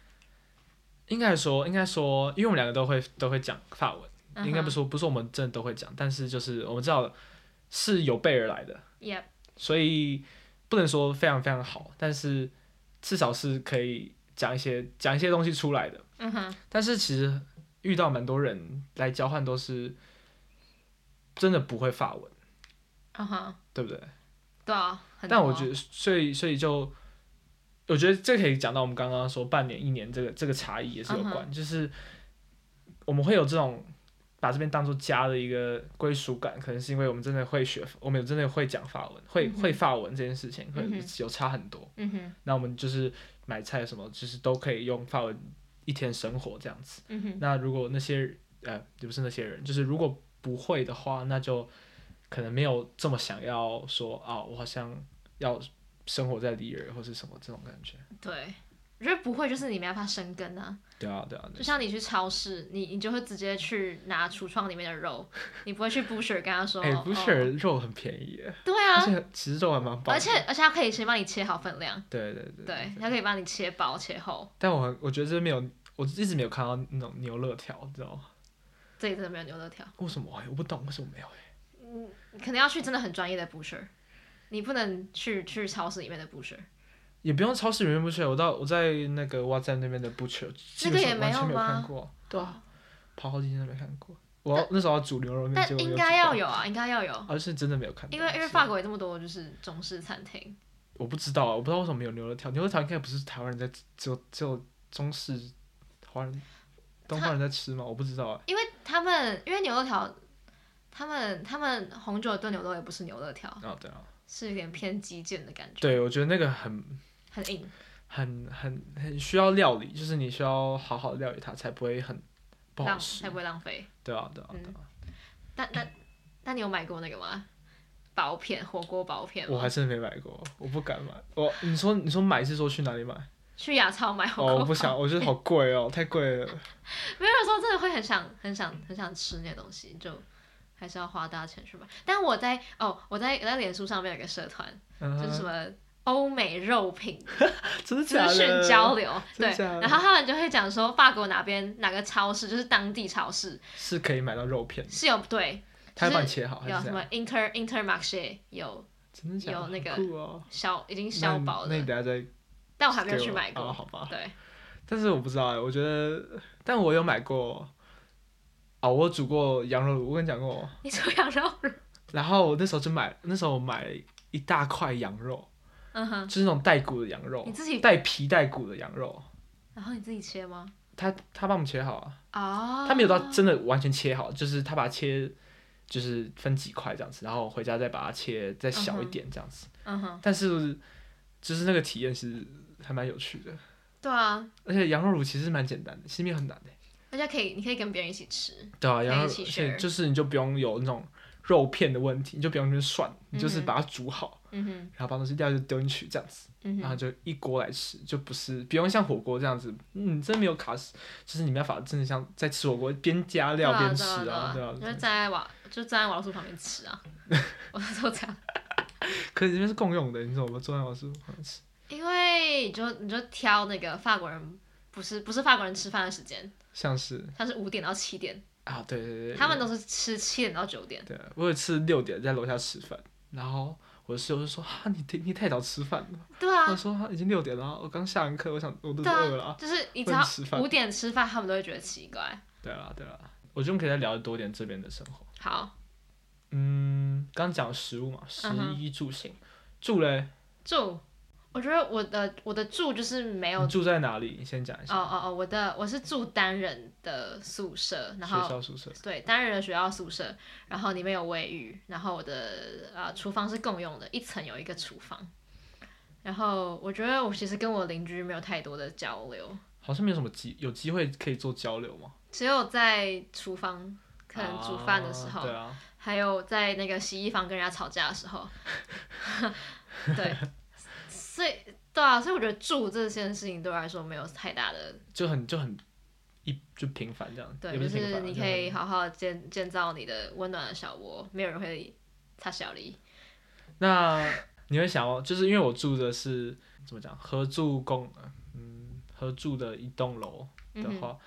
A: 应该说应该说，因为我们两个都会都会讲法文，
B: 嗯哼
A: 应该不是说不是我们真的都会讲，但是就是我们知道是有备而来的，
B: ，Yep，
A: 所以不能说非常非常好，但是至少是可以讲一些讲一些东西出来的。
B: 嗯哼，
A: 但是其实遇到蛮多人来交换都是真的不会法文，
B: 嗯哼，
A: 对不对？
B: 对啊，很
A: 但
B: 多
A: 我
B: 啊
A: 觉得，所以所以就，我觉得这可以讲到我们刚刚说半年、一年这个这个差异也是有关就是我们会有这种把这边当做家的一个归属感，可能是因为我们真的会学，我们有真的会讲法文，会、
B: 嗯哼
A: 会法文这件事情会
B: 嗯哼
A: 有差很多。
B: 嗯哼，
A: 那我们就是买菜什么，就是都可以用法文一天生活这样子。
B: 嗯哼，
A: 那如果那些呃也不是那些人，就是如果不会的话，那就可能没有这么想要说啊，我好像要生活在里尔或是什么这种感觉。
B: 对。我觉得不会，就是你没办法生根啊。
A: 对啊，对啊，
B: 就像你去超市，你你就会直接去拿橱窗里面的肉，你不会去 Boucher 跟他说。
A: 哎、
B: 哦
A: 不是、
B: 哦
A: 肉很便宜耶，
B: 对
A: 而
B: 啊，
A: 且其实肉还蛮棒的。
B: 而且而且他可以先帮你切好分量，
A: 对对对
B: 对，他可以帮你切薄切厚。
A: 但我很我觉得这边没有，我一直没有看到那种牛肋条，你知道吗？
B: 这里真的没有牛肉条。
A: 为什么？哎我不懂为什么没有。
B: 你可能要去真的很专业的 butcher，你不能去去超市里面的 butcher，
A: 也不用超市里面 butcher，我到我在那个 WhatsApp 那边的 butcher，基本
B: 个也
A: 上
B: 没
A: 完
B: 有
A: 全没有
B: 吗
A: 看过。 [LAUGHS] 对啊，跑好几天都没看过。我要那时候要煮牛肉面，
B: 但
A: 结果没
B: 应
A: 有
B: 该
A: 煮
B: 要
A: 到，
B: 有啊，应该要有，
A: 而、是真的没有看到。
B: 因为因为
A: 是
B: 法国有这么多就是中式餐厅，
A: 我不知道啊，我不知道为什么没有牛肉条，牛肉条应该不是台湾人在吃只有只有中式华人东方人在吃吗？我不知道啊。
B: 因为他们因为牛肉条，他们他们红酒炖牛肉也不是牛肉条，
A: 哦，对啊，
B: 是有点偏激进的感觉，
A: 对，我觉得那个很
B: 很硬，
A: 很很很需要料理，就是你需要好好料理它，才不会很不好
B: 浪
A: 吃
B: 才。不会浪费。
A: 对啊，对啊，
B: 嗯
A: 对啊，
B: 但但但你有买过那个吗？薄片火锅薄片
A: 我
B: 吗？
A: 还真没买过，我不敢买。我你说你说买是说去哪里买？
B: 去亚超买火锅
A: 哦，
B: 薄，
A: 我不想，我觉得好贵
B: [LAUGHS]
A: 哦，太贵了。
B: 没有时候真的会很想很想很想吃那些东西，就还是要花大钱去买。但我在哦，我在我在脸书上面有个社团，
A: 嗯
B: 就是什
A: 哼，
B: 么欧美肉品
A: 真的
B: 资
A: 假
B: 讯
A: 的？
B: 交流，对
A: 真的假的，
B: 然后他们就会讲说法国哪边哪个超市，就是当地超市
A: 是可以买到肉片，
B: 是有对，
A: 他
B: 就
A: 帮你
B: 是
A: 切好还
B: 有
A: 是
B: 什
A: 这
B: 么
A: 样？
B: Inter Intermarché 有
A: 真的假的？
B: 有那个
A: 好酷哦，
B: 消已经
A: 那
B: 消薄
A: 那
B: 的
A: 你，等下再
B: 但我还没有
A: 给
B: 去
A: 我
B: 买
A: 哦
B: 过。
A: 好吧。
B: 对，
A: 但是我不知道哎，我觉得，但我有买过，哦，我煮过羊肉炉，我跟你讲过。
B: 你说羊肉炉，
A: 然后我那时候就买，那时候我买了一大块羊肉，
B: 嗯哼，
A: 就是那种带骨的羊肉
B: 你，自己，
A: 带皮带骨的羊肉，
B: 然后你自己切吗？
A: 他他帮我们切好啊。
B: 啊，
A: 他没有到真的完全切好，就是他把它切，就是分几块这样子，然后回家再把它切再小一点这样子。
B: 嗯哼，
A: 但是就是那个体验是还蛮有趣的，
B: 对啊，
A: 而且羊肉炉其实蛮简单的，其实没有很难的。
B: 而且可以，你可以跟别人一起吃。
A: 对啊，
B: 以
A: 羊肉
B: 一
A: 炉
B: 起
A: 而且
B: share
A: 就是你就不用有那种肉片的问题，你就不用去涮，你就是
B: 嗯哼
A: 把它煮好，
B: 嗯哼，
A: 然后把东西掉就丢进去这样子，
B: 嗯
A: 然后
B: 哼，
A: 就一锅来吃，就不是不用像火锅这样子，嗯，真没有卡死，就是你没办法真的像在吃火锅边加
B: 对
A: 料
B: 啊
A: 边
B: 对啊
A: 吃
B: 对啊，
A: 对啊
B: 就，是站在瓦就站在瓦数旁边吃
A: [LAUGHS]
B: 啊，我是这样，
A: 可是这边是共用的，你怎么做那种事不能吃？
B: 因为你就你就挑那个法国人。不是不是法国人吃饭的时间，
A: 像是
B: 他是五点到七点，
A: 啊，对对对，
B: 他们都是吃七点到九点。
A: 对，啊我有一次六点在楼下吃饭，然后我的室友就说：“哈、你你太早吃饭了。
B: 对啊
A: 我，说：“哈、已经六点了啊，我刚下完课，我想我肚子
B: 对啊
A: 饿了啊。
B: 就是你
A: 不
B: 只
A: 能吃
B: 要
A: 饭
B: 五点吃饭，他们都会觉得奇怪。
A: 对啦对啦，我觉得我们可以再聊多一点这边的生活。
B: 好，
A: 嗯，刚讲食物嘛，食
B: 嗯哼
A: 衣住行。住嘞，
B: 住，我觉得我的我的住就是没有
A: 你住在哪里？你先讲一
B: 哎哦
A: 下。
B: 哦哦，我的我是住单人的宿舍，然
A: 学
B: 后
A: 校宿舍。
B: 对单人的学校宿舍，然后里面有卫浴，然后我的呃厨房是共用的，一层有一个厨房。然后我觉得我其实跟我邻居没有太多的交流，
A: 好像没有什么机，有机会可以做交流嘛？
B: 只有在厨房可能煮饭的时
A: 啊
B: 候，
A: 对啊，
B: 还有在那个洗衣房跟人家吵架的时
A: [LAUGHS]
B: 候，对，所以对啊，所以我觉得住这件事情对我来说没有太大的
A: 就很就很一就平凡这样，
B: 对，
A: 也不
B: 就是
A: 平
B: 是
A: 凡啊，
B: 你
A: 就
B: 可以
A: 很
B: 好好建建造你的温暖的小窝，没有人会擦小梨。
A: 那你会想要，就是因为我住的是怎么讲，合住公，嗯，合住的一栋楼的
B: 嗯哼，
A: 话，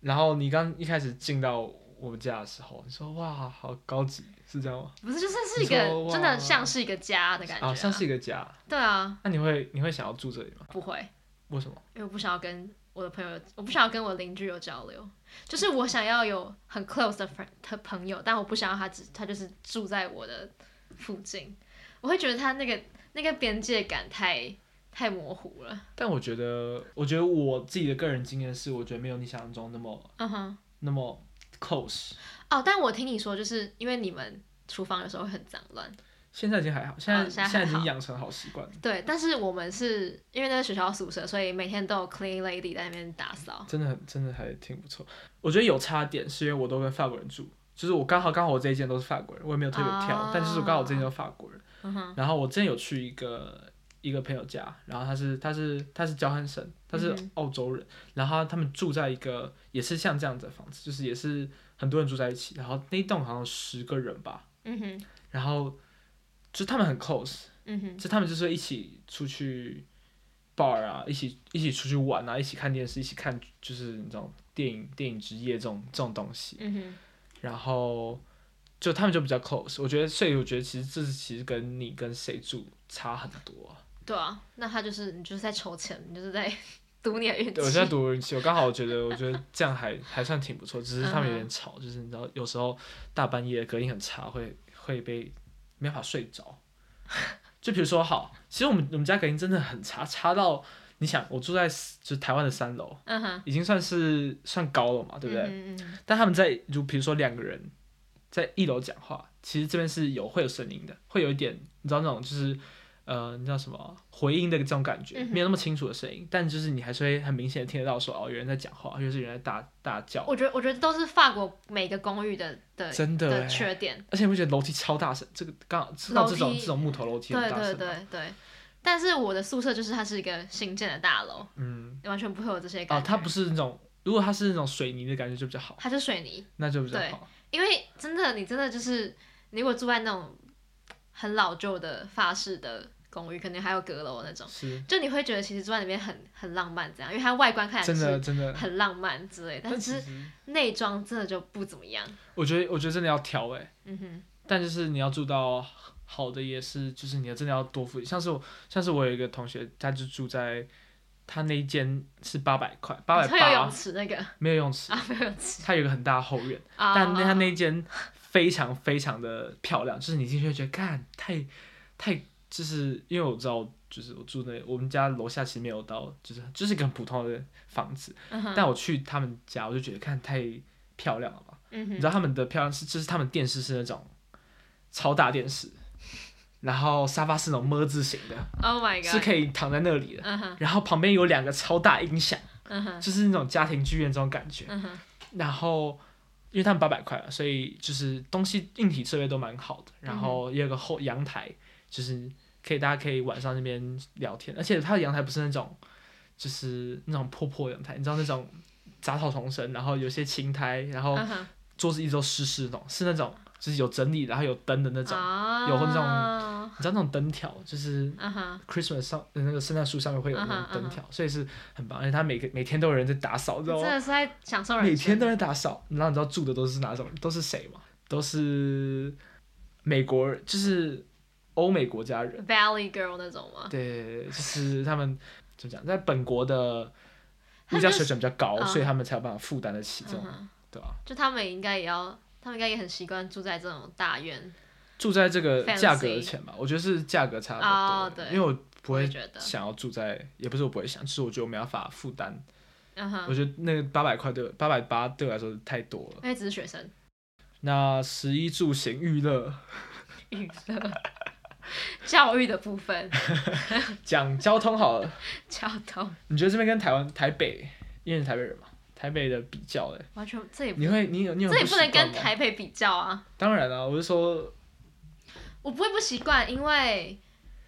A: 然后你刚一开始进到我们家的时候，你说哇，好高级，是这样吗？
B: 不是，就是是
A: 你
B: 一
A: 说
B: 个
A: 哇
B: 真的像是一个家的感觉、
A: 啊，像是一个家。
B: 对啊，
A: 那你会你会想要住这里吗？
B: 不会，
A: 为什么？
B: 因为我不想要跟我的朋友，我不想要跟我邻居有交流，就是我想要有很 close 的 friend 的朋友，但我不想要他只他就是住在我的附近，我会觉得他那个那个边界感太太模糊了。
A: 但我觉得，我觉得我自己的个人经验是，我觉得没有你想象中那么
B: 嗯哼，
A: 那么 close。
B: 哦，但我听你说，就是因为你们厨房有时候会很脏乱。
A: 现在已经还好，现在、
B: 哦现在还
A: 在已经
B: 好
A: 养成好习惯了，
B: 对，但是我们是因为那是学校宿舍，所以每天都有 clean lady 在那边打扫。
A: 真的很真的还挺不错。我觉得有差点是因为我都跟法国人住，就是我刚好刚好我这一间都是法国人，我也没有特别挑，
B: 哦
A: 但就是我刚好这一间都是法国人。
B: 嗯哼，
A: 然后我之前有去一个一个朋友家，然后他是他是他是交换生，他是
B: 嗯哼
A: 澳洲人，然后他他们住在一个也是像这样子的房子，就是也是很多人住在一起，然后那一栋好像有十个人吧，
B: 嗯哼，
A: 然后就他们很 close，
B: 嗯哼，
A: 就他们就是会一起出去 bar 啊，一起一起出去玩啊，一起看电视，一起看就是你知道电影电影之夜这种这种东西，
B: 嗯哼，
A: 然后就他们就比较 close，我觉得，所以我觉得其实这是其实跟你跟谁住差很多、啊。
B: 对啊，那他就是你就是在筹钱，你就是在 [LAUGHS] 赌你的运
A: 对，我现在
B: 气。
A: 读人气，我刚好我觉得我觉得这样还还算挺不错，只是他们有
B: 嗯
A: 点吵，就是你知道有时候大半夜隔音很差，会会被没办法睡着。就比如说好，其实我们我们家隔音真的很差，差到你想我住在就是台湾的三楼，
B: 嗯哼，
A: 已经算是算高了嘛，对不对？
B: 嗯哼嗯哼
A: 但他们在如比如说两个人在一楼讲话，其实这边是有会有声音的，会有一点你知道那种就是呃，你知道什么回音的这种感觉，
B: 嗯哼
A: 没有那么清楚的声音，但就是你还是会很明显的听得到说哦，有人在讲话，或者是有人在大大叫，
B: 我觉得我觉得都是法国每个公寓的的
A: 真的
B: 的
A: 欸。
B: 缺点。
A: 而且你会觉得楼梯超大声，这个刚好知道这种
B: 楼梯
A: 这种木头楼梯
B: 对
A: 很大啊声
B: 对
A: 嘛，
B: 对对，但是我的宿舍就是它是一个新建的大楼，
A: 嗯，
B: 完全不会有这些感
A: 哦，
B: 觉。
A: 它不
B: 是，
A: 是那种，如果它是那种水泥的感觉就比较好，
B: 它是水泥，
A: 那就比较
B: 对
A: 好。
B: 因为真的，你真的就是，你如果住在那种很老旧的法式的公寓，可能还有阁楼那种，
A: 是，
B: 就你会觉得其实住在里面很很浪漫，这样，因为它外观看起来
A: 真
B: 就
A: 的
B: 是
A: 真的。
B: 很浪漫之类，但
A: 其
B: 是
A: 实
B: 内装真的就不怎么样。
A: 我觉得我觉得真的要挑哎、
B: 嗯哼，
A: 但就是你要住到好的，也是就是你要真的要多付。像是我，像是我有一个同学，他就住在他那一间是八百块，八百
B: 会哦有泳
A: 八
B: 池那个 [LAUGHS]
A: 没有泳池，
B: 啊，没有泳池
A: 他有一个很大的后院，
B: 啊。
A: 但那他那一间非常非常的漂亮，就是你进去会觉得，干太太就是因为我知道。就是我住那，我们家楼下其实没有到，就是就是一个很普通的房子。
B: 嗯哼
A: 但我去他们家，我就觉得看太漂亮了吧。
B: 嗯
A: 你
B: 哼
A: 知道他们的漂亮是，就是他们电视是那种超大电
B: [LAUGHS]
A: 视，然后沙发是那种么字形的，
B: ，Oh my
A: 是
B: god，
A: 可以躺在那里的，
B: 嗯哼，
A: 然后旁边有两个超大音响，
B: 嗯哼，
A: 就是那种家庭剧院这种感觉，
B: 嗯哼，
A: 然后因为他们八百块啊，所以就是东西硬体设备都蛮好的，然后也有个后阳台，就是可以大家可以晚上那边聊天，而且它的阳台不是那种就是那种破破阳台，你知道那种杂草丛生，然后有些青苔，然后
B: 嗯哼
A: 桌子一直都湿湿的那种，是那种就是有整理然后有灯的那种，
B: 啊，
A: 有那种你知道那种灯条就是。
B: 嗯哼，
A: Christmas 上呃那个圣诞树上面会有那
B: 嗯哼
A: 种灯
B: 嗯哼
A: 条所以是很棒，而且它每个每天都有人在打扫，你知道
B: 真
A: 吗？
B: 的是在享受人生。
A: 每天都在打扫，然后你知道住的都是哪种？都是谁吗？都是美国，就是欧美国家人。
B: Valley Girl 那种吗？
A: 对，就是他们怎么讲，在本国的
B: 他
A: 物
B: 们
A: 价
B: 就
A: 水准比较高，
B: 嗯
A: 所以他们才有办法负担得起这
B: 嗯
A: 种，
B: 哼，
A: 对吧、
B: 就他们应该也要，他们应该也很习惯住在这种大院。
A: 住在这个
B: Fancy
A: 价格前吧，我觉得是价格差
B: 哦
A: 不多，
B: 对
A: 因为我不
B: 我也
A: 会
B: 觉得，
A: 想要住在，也不是我不会想，就是我觉得我没办法负担，
B: 嗯
A: 我
B: 哼，
A: 觉得那个八百块对八百八对我来说太多了。
B: 因为只是学生 [LAUGHS]
A: 那十一住行娱乐。
B: 娱乐教育的部分， [LAUGHS]
A: 讲交通好了，
B: 交通
A: 你觉得这边跟台湾台北，因为你是台北人嘛，台北的比较嘞，
B: 完全这也不
A: 你会你有你有
B: 这也不能
A: 习惯
B: 跟
A: 吗
B: 台北比较啊。
A: 当然啦、我是说，
B: 我不会不习惯，因为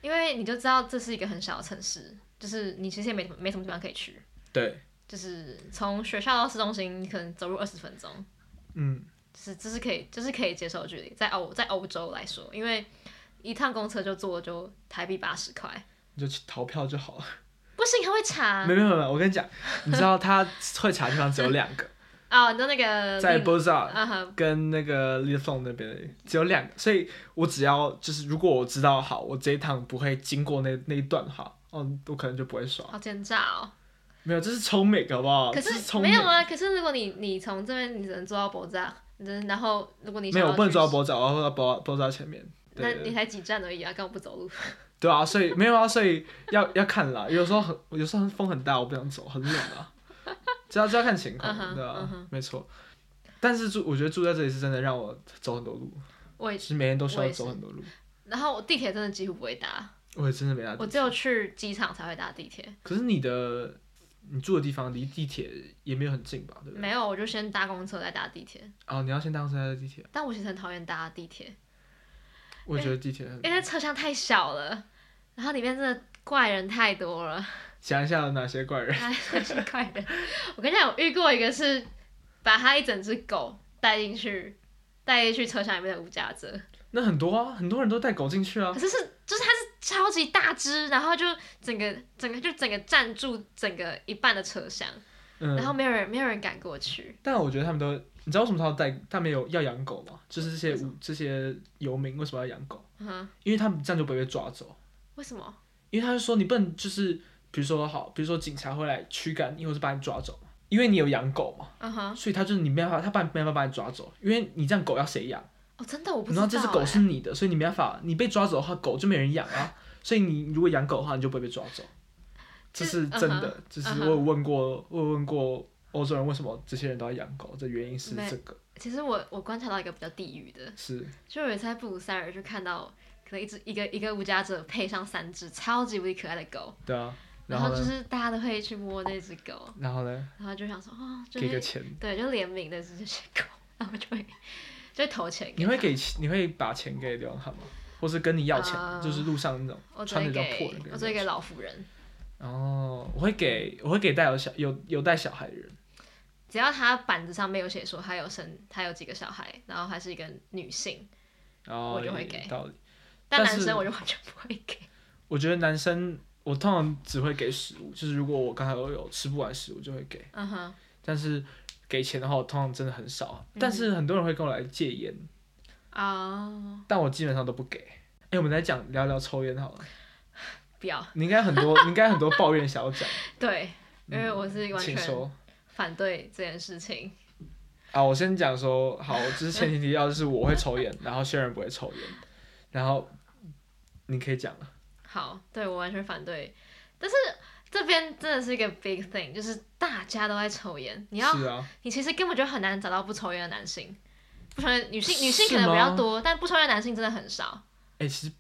B: 因为你就知道这是一个很小的城市，就是你其实也没没什么地方可以去，
A: 对，
B: 就是从学校到市中心，你可能走路二十分钟，
A: 嗯，
B: 就是这是可以，这是可以接受的距离，在欧在欧洲来说，因为一趟公车就坐就台币八十块，
A: 你就去逃票就好了。
B: 不行他会查
A: 没没没没，我跟你讲，你知道他会查的地方只有两
B: [LAUGHS]
A: 个，
B: 啊，你知道那个
A: 在
B: 另
A: Bazaar
B: 啊哈，
A: 跟那个 l i f o n 那边只有两个，所以我只要就是如果我知道好，我这一趟不会经过那那一段哈，哦，我可能就不会刷。
B: 好奸诈哦。
A: 没有，这是聪明好不好？
B: 可
A: 这是
B: 是
A: 聪明
B: 没有啊，可是如果你你从这边你只能坐到博扎，你只能然后如果你
A: 没
B: 想
A: 有，
B: 要
A: 我不能
B: 去
A: 抓到包扎，我要抓到包包扎前面。对
B: 那
A: 对对
B: 你才几站而已啊，根本不走路。
A: 对啊，所以没有啊，所以要要看啦。有时候很，有时候风很大，我不想走，很冷啊。 [LAUGHS] 这要这要看情况
B: 嗯哼
A: 对吧、啊
B: 嗯
A: 没错。但是住，我觉得住在这里是真的让我走很多路，
B: 我也
A: 其实每天都需
B: 我
A: 要
B: 也是
A: 走很多路。
B: 然后我地铁真的几乎不会搭，
A: 我也真的没搭地
B: 我只有去机场才会搭地铁。
A: 可是你的你住的地方离地铁也没有很近吧？对不对？
B: 没有，我就先搭公车再搭地铁。
A: 哦，你要先搭公车再搭地铁。
B: 但我其实很讨厌搭地铁，
A: 我也觉得地铁很。
B: 因为那车厢太小了，然后里面真的怪人太多了， [LAUGHS]
A: 想一下有哪些怪人？
B: 哎真是怪人。我跟你讲，我遇过一个是把他一整只狗带进去，带进去车厢里面的无家者，
A: 那很多啊，很多人都带狗进去啊
B: 可。是是就是它是超级大只，然后就整个整个就整个占住整个一半的车厢，
A: 嗯。
B: 然后没有人没有人敢过去。
A: 但我觉得他们都，你知道为什么他要带，他们有要养狗吗？就是这些
B: 为什
A: 无这些游民为什么要养狗？
B: 嗯哼，
A: 因为他们这样就不会被抓走。
B: 为什么？
A: 因为他就说你不能就是，比如说好，比如说警察会来驱赶你，或是把你抓走嘛，因为你有养狗嘛，
B: 嗯哼，
A: 所以他就是你没办法，他把没办法把你抓走，因为你这样狗要谁养？
B: 哦，真的我不
A: 你
B: 知
A: 知
B: 道、
A: 道
B: 欸。
A: 这只狗是你的，所以你没办法，你被抓走的话，狗就没人养啊。所以你如果养狗的话，你就不会被抓走。这
B: 就是
A: 是真
B: 嗯
A: 的，
B: 哼
A: 就是
B: 嗯
A: 我
B: 哼
A: 有问过，我有问过欧洲人为什么这些人都要养狗，这原因是
B: 没
A: 这个
B: 其实我我观察到一个比较地狱的，
A: 是。
B: 就有一次在布鲁塞尔就看到可能一只一个一个无家者配上三只超级无敌可爱的狗，
A: 对啊，
B: 然
A: 后
B: 就
A: 呢，
B: 是大家都会去摸那只狗，
A: 然后呢，
B: 然后就想说哦，就
A: 给个
B: 是
A: 钱，
B: 对，就怜悯的这些狗，然后就会就会投钱给
A: 你会
B: 它
A: 给钱，你会把钱给流浪汉吗？或是跟你要钱，
B: 呃
A: 就是路上那种
B: 我只
A: 穿
B: 会
A: 的比较破
B: 给
A: 的那个
B: 我只会给老妇人。
A: 哦，我会给，我会给带有小有有带小孩的人，
B: 只要他板子上没有写说他有生他有几个小孩，然后还是一个女性，
A: 然后
B: 我就会给
A: 哦道理。
B: 但
A: 但
B: 男
A: 是
B: 生我就完全不会给。
A: 我觉得男生，我通常只会给食物，就是如果我刚才有吃不完食物就会给，
B: 嗯哼，
A: 但是给钱的话，我通常真的很少。
B: 嗯
A: 但是很多人会跟我来借烟，
B: 啊，
A: 但我基本上都不给。哎、我们来讲聊聊抽烟好了，
B: 不要，
A: 你应该很多，你应该很多抱怨想要讲，
B: 对，因为我 [LAUGHS] 是完
A: 嗯请
B: 全
A: 说。
B: 反对这件事情。
A: 啊，我先讲说，好，就是前提要就是我会抽烟，然后轩然不会抽烟，然后你可以讲了，
B: 好，对我完全反对，但是这边真的是一个 big thing，就是大家都在抽烟，你要
A: 是啊，
B: 你其实根本就很难找到不抽烟的男性，不抽烟女性女性
A: 是
B: 可能比较
A: 吗
B: 多，但不抽烟的男性真的很少。
A: 哎、其实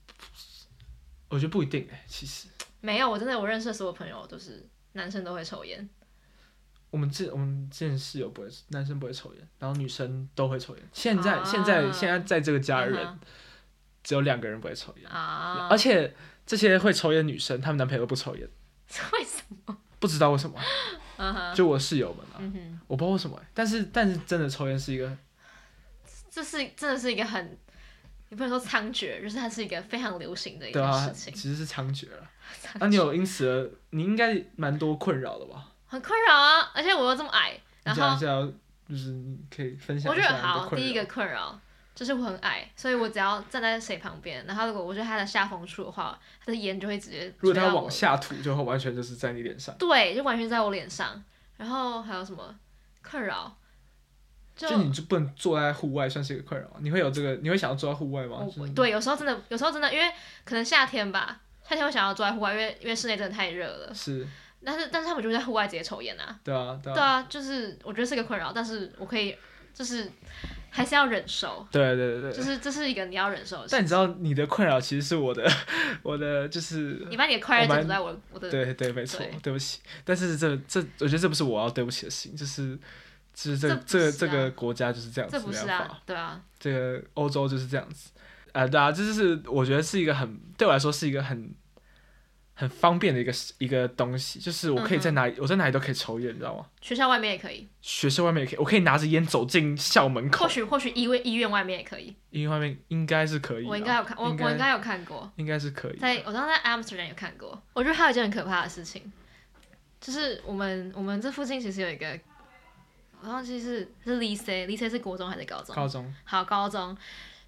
A: 我觉得不一定哎、其实
B: 没有，我真的我认识的所有朋友都是男生都会抽烟，
A: 我们之我们之前室友不会，男生不会抽烟，然后女生都会抽烟。现在、现在
B: 啊
A: 现在在这个家的人，
B: 嗯
A: 只有两个人不会抽烟，
B: 啊，
A: 而且这些会抽烟女生，她们男朋友都不抽烟，
B: 为什么？
A: 不知道为什么。
B: 嗯哼，
A: 就我室友们啊，
B: 嗯哼，
A: 我不知道为什么欸、但是但是真的抽烟是一个，
B: 这是真的是一个很，也不能说猖獗，就是它是一个非常流行的一
A: 对
B: 件
A: 啊，
B: 事情。
A: 其实是猖獗了。
B: 猖
A: 那、你有因此而你应该蛮多困扰的吧？
B: 很困扰啊，而且我又这么矮，
A: 你
B: 然
A: 讲
B: 后
A: 一下，就是你可以分享
B: 我
A: 一
B: 觉
A: 下
B: 得
A: 你的
B: 好，
A: 困扰。
B: 第一个困扰就是我很矮，所以我只要站在谁旁边，然后如果我觉得他的下风处的话，他的烟就会直接
A: 如果
B: 追到
A: 它
B: 我
A: 往下吐，就会完全就是在你脸上。
B: 对，就完全在我脸上。然后还有什么困扰？就
A: 就你就不能坐在户外，算是一个困扰吗。你会有这个，你会想要坐在户外吗？就
B: 我
A: 是
B: 对，有时候真的，有时候真的，因为可能夏天吧，夏天会想要坐在户外，因为因为室内真的太热了。
A: 是，
B: 但是但是他们就会在户外直接抽烟啊。
A: 对啊，对
B: 对
A: 啊，
B: 啊，就是我觉得是个困扰，但是我可以，就是还是要忍受，
A: 对对对
B: 就
A: 对。
B: 是这是一个你要忍受的事。
A: 但你知道你的困扰其实是我的， [LAUGHS] 我的就是，
B: 你把你的快乐
A: 我蛮
B: 建筑在我我的
A: 对对，没错
B: 呃对，
A: 对不起。但是这这，我觉得这不是我要对不起的事情，就是。就是这个
B: 这不是啊
A: 这个这个国家就是这样子，
B: 这不
A: 没
B: 是
A: 办法。
B: 啊，对啊，
A: 这个欧洲就是这样子，啊、对啊，这就是我觉得是一个很对我来说是一个很很方便的一个一个东西，就是我可以
B: 嗯
A: 在哪里、我在哪里都可以抽烟，你知道吗？
B: 学校外面也可以，
A: 学校外面也可以，我可以拿着烟走进校门口
B: 或，许或许医院医院外面也可以。
A: 因为外面应该是可以啦，
B: 我应该有看，我
A: 应
B: 我
A: 该
B: 应该有看过，
A: 应该是可以的，
B: 在我当时在 Amsterdam 有看过。我觉得还有一件很可怕的事情，就是我们我们这附近其实有一个，我忘记是是 l y c e l y c e 是国中还是高中？
A: 高中
B: 好，高中。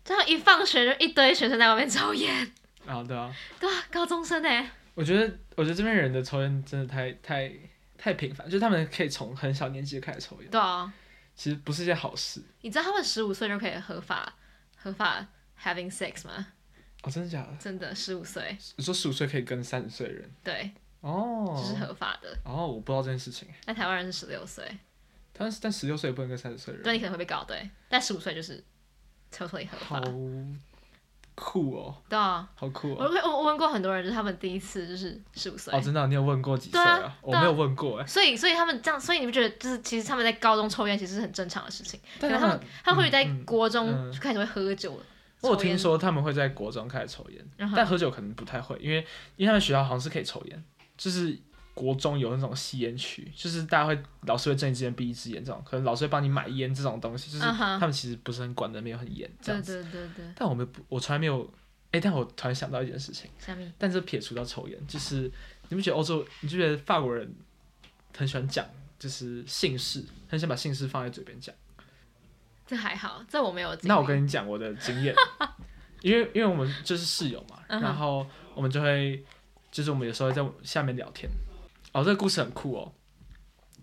B: 这样一放学就一堆学生在外面抽烟， [LAUGHS]
A: 啊，对啊，
B: 对啊，高中生哎、
A: 我觉得我觉得这边人的抽烟真的太太太频繁，就是他们可以从很小年纪就开始抽烟，
B: 对啊，
A: 其实不是一件好事
B: 你知道他们十五岁就可以合法合法 having sex 吗？
A: 哦，真的假的？
B: 真的，十五岁，
A: 你说十五岁可以跟三十岁的人
B: 对，
A: 哦
B: 这、，是合法的。
A: 哦，我不知道这件事情。
B: 但台湾人是十六岁，
A: 但是但十六岁也不能跟三十岁的
B: 对
A: 人，
B: 你可能会被告对，但十五岁就是 totally 合法
A: 好。酷哦，
B: 对啊，
A: 好酷
B: 我
A: 哦！
B: 我我问过很多人，就是他们第一次就是十五岁
A: 哦，，真的啊、你有问过几岁
B: 对啊
A: 我
B: 对啊
A: 没有问过哎、
B: 所以所以他们这样，所以你们觉得就是其实他们在高中抽烟其实是很正常的事情，可
A: 但
B: 能他们他们会在
A: 嗯嗯
B: 国中
A: 嗯
B: 就开始会喝酒了。
A: 我有
B: 抽烟
A: 听，说他们会在国中开始抽烟，
B: 嗯
A: [LAUGHS]
B: 哼
A: 但喝酒可能不太会，因为因为他们学校好像是可以抽烟，就是国中有那种吸烟区，就是大家会老师会睁一只眼闭一只眼这种，可能老师会帮你买烟这种东西，就是
B: 嗯哼
A: 他们其实不是很管的，没有很严这
B: 对
A: 样子。
B: 对对对，
A: 但我们不我从来没有，哎、但我突然想到一件事情。
B: 下面
A: 但是撇除到抽烟，就是你不觉得欧洲，你就觉得法国人很喜欢讲，就是姓氏，很喜欢把姓氏放在嘴边讲。
B: 这还好，这我没有经历。
A: 那我跟你讲我的经验，因为因为我们就是室友嘛，
B: 嗯哼
A: 然后我们就会，就是我们有时候会在下面聊天。哦，这个故事很酷哦，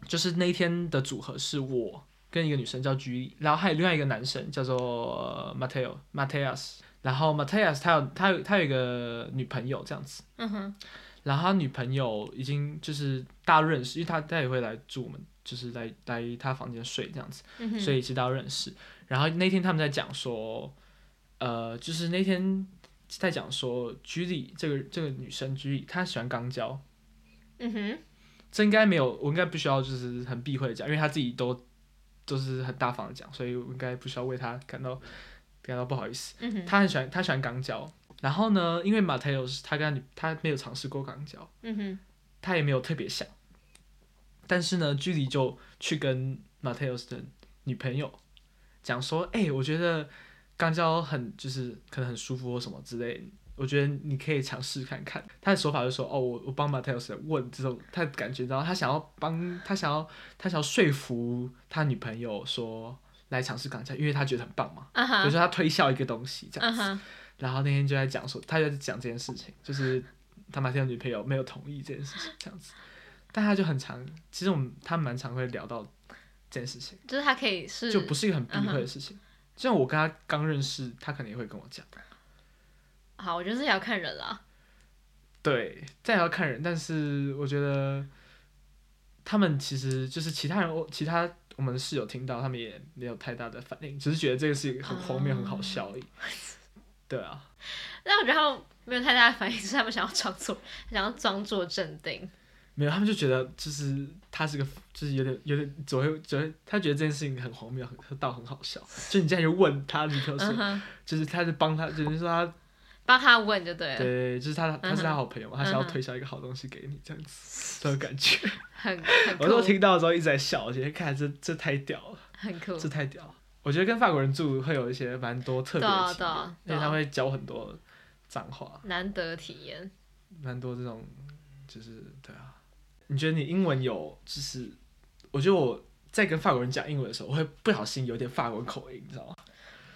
A: 就是那一天的组合是我跟一个女生叫 G，然后还有另外一个男生叫做呃 Mateo Mateus，然后 Mateus 他有他有他有一个女朋友这样子。
B: 嗯哼，
A: 然后他女朋友已经就是大家认识，因为他他也会来住我们，就是来来他房间睡这样子，
B: 嗯哼，
A: 所以知道认识。然后那天他们在讲说，呃，就是那天在讲说居里这个这个女生居里，她喜欢肛交，
B: 嗯哼，
A: 这应该没有，我应该不需要就是很避讳的讲，因为她自己都都是很大方的讲，所以我应该不需要为她感到感到不好意思。
B: 嗯哼，
A: 她很喜欢她喜欢肛交，然后呢，因为马泰有他跟他女他没有尝试过肛交。
B: 嗯哼，
A: 他也没有特别想。但是呢，居里就去跟 Mateus 的女朋友讲说：“哎、我觉得肛交很就是可能很舒服或什么之类，我觉得你可以尝试看看。”他的手法就说：“哦，我我帮 Mateus 问这种，他感觉到他想要帮他想要他想要说服他女朋友说来尝试肛交，因为他觉得很棒嘛，
B: 啊
A: 比
B: 哈
A: 如，说他推销一个东西这样
B: 啊
A: 子。
B: 哈，
A: 然后那天就在讲说，他就在讲这件事情，就是他马天的女朋友没有同意这件事情，这样子。但他就很常，其实我们他蛮常会聊到这件事情，
B: 就是他可以是，
A: 就不是一个很避讳的事情。就像我跟他刚认识，他肯定会跟我讲。
B: 好，我觉得这也要看人啦。
A: 对，这也要看人，但是我觉得他们其实就是其他人，我其他我们的室友听到，他们也没有太大的反应，只是觉得这个是一个很荒谬、很好笑而已。对啊，
B: 但我觉得他们没有太大的反应，就是他们想要装作想要装作镇定，
A: 没有，他们就觉得就是他是个，就是有点有点左右左右，他觉得这件事情很荒谬，很到很好笑。就你竟然就问他女朋友
B: 嗯
A: 是，
B: 哼，
A: 就是他是帮他，就是说他
B: 帮他问就对了，
A: 对，就是他他是他好朋友嘛，他想要
B: 呃嗯哼
A: 推销一个好东西给你这样子，这种感觉。 [LAUGHS]
B: 很很
A: 我都
B: 酷，
A: 听到的时候一直在笑，我觉得看这这太屌了，
B: 很酷，
A: 这太屌了。我觉得跟法国人住会有一些蛮多特
B: 对
A: 别的
B: 啊
A: 体
B: 对
A: 验，
B: 啊
A: 因
B: 对
A: 为他
B: 啊，
A: 会教很多脏话，
B: 难得体验。
A: 蛮多这种，就是对啊。你觉得你英文有就是？我觉得我在跟法国人讲英文的时候，我会不小心有点法国口音，你知道吗？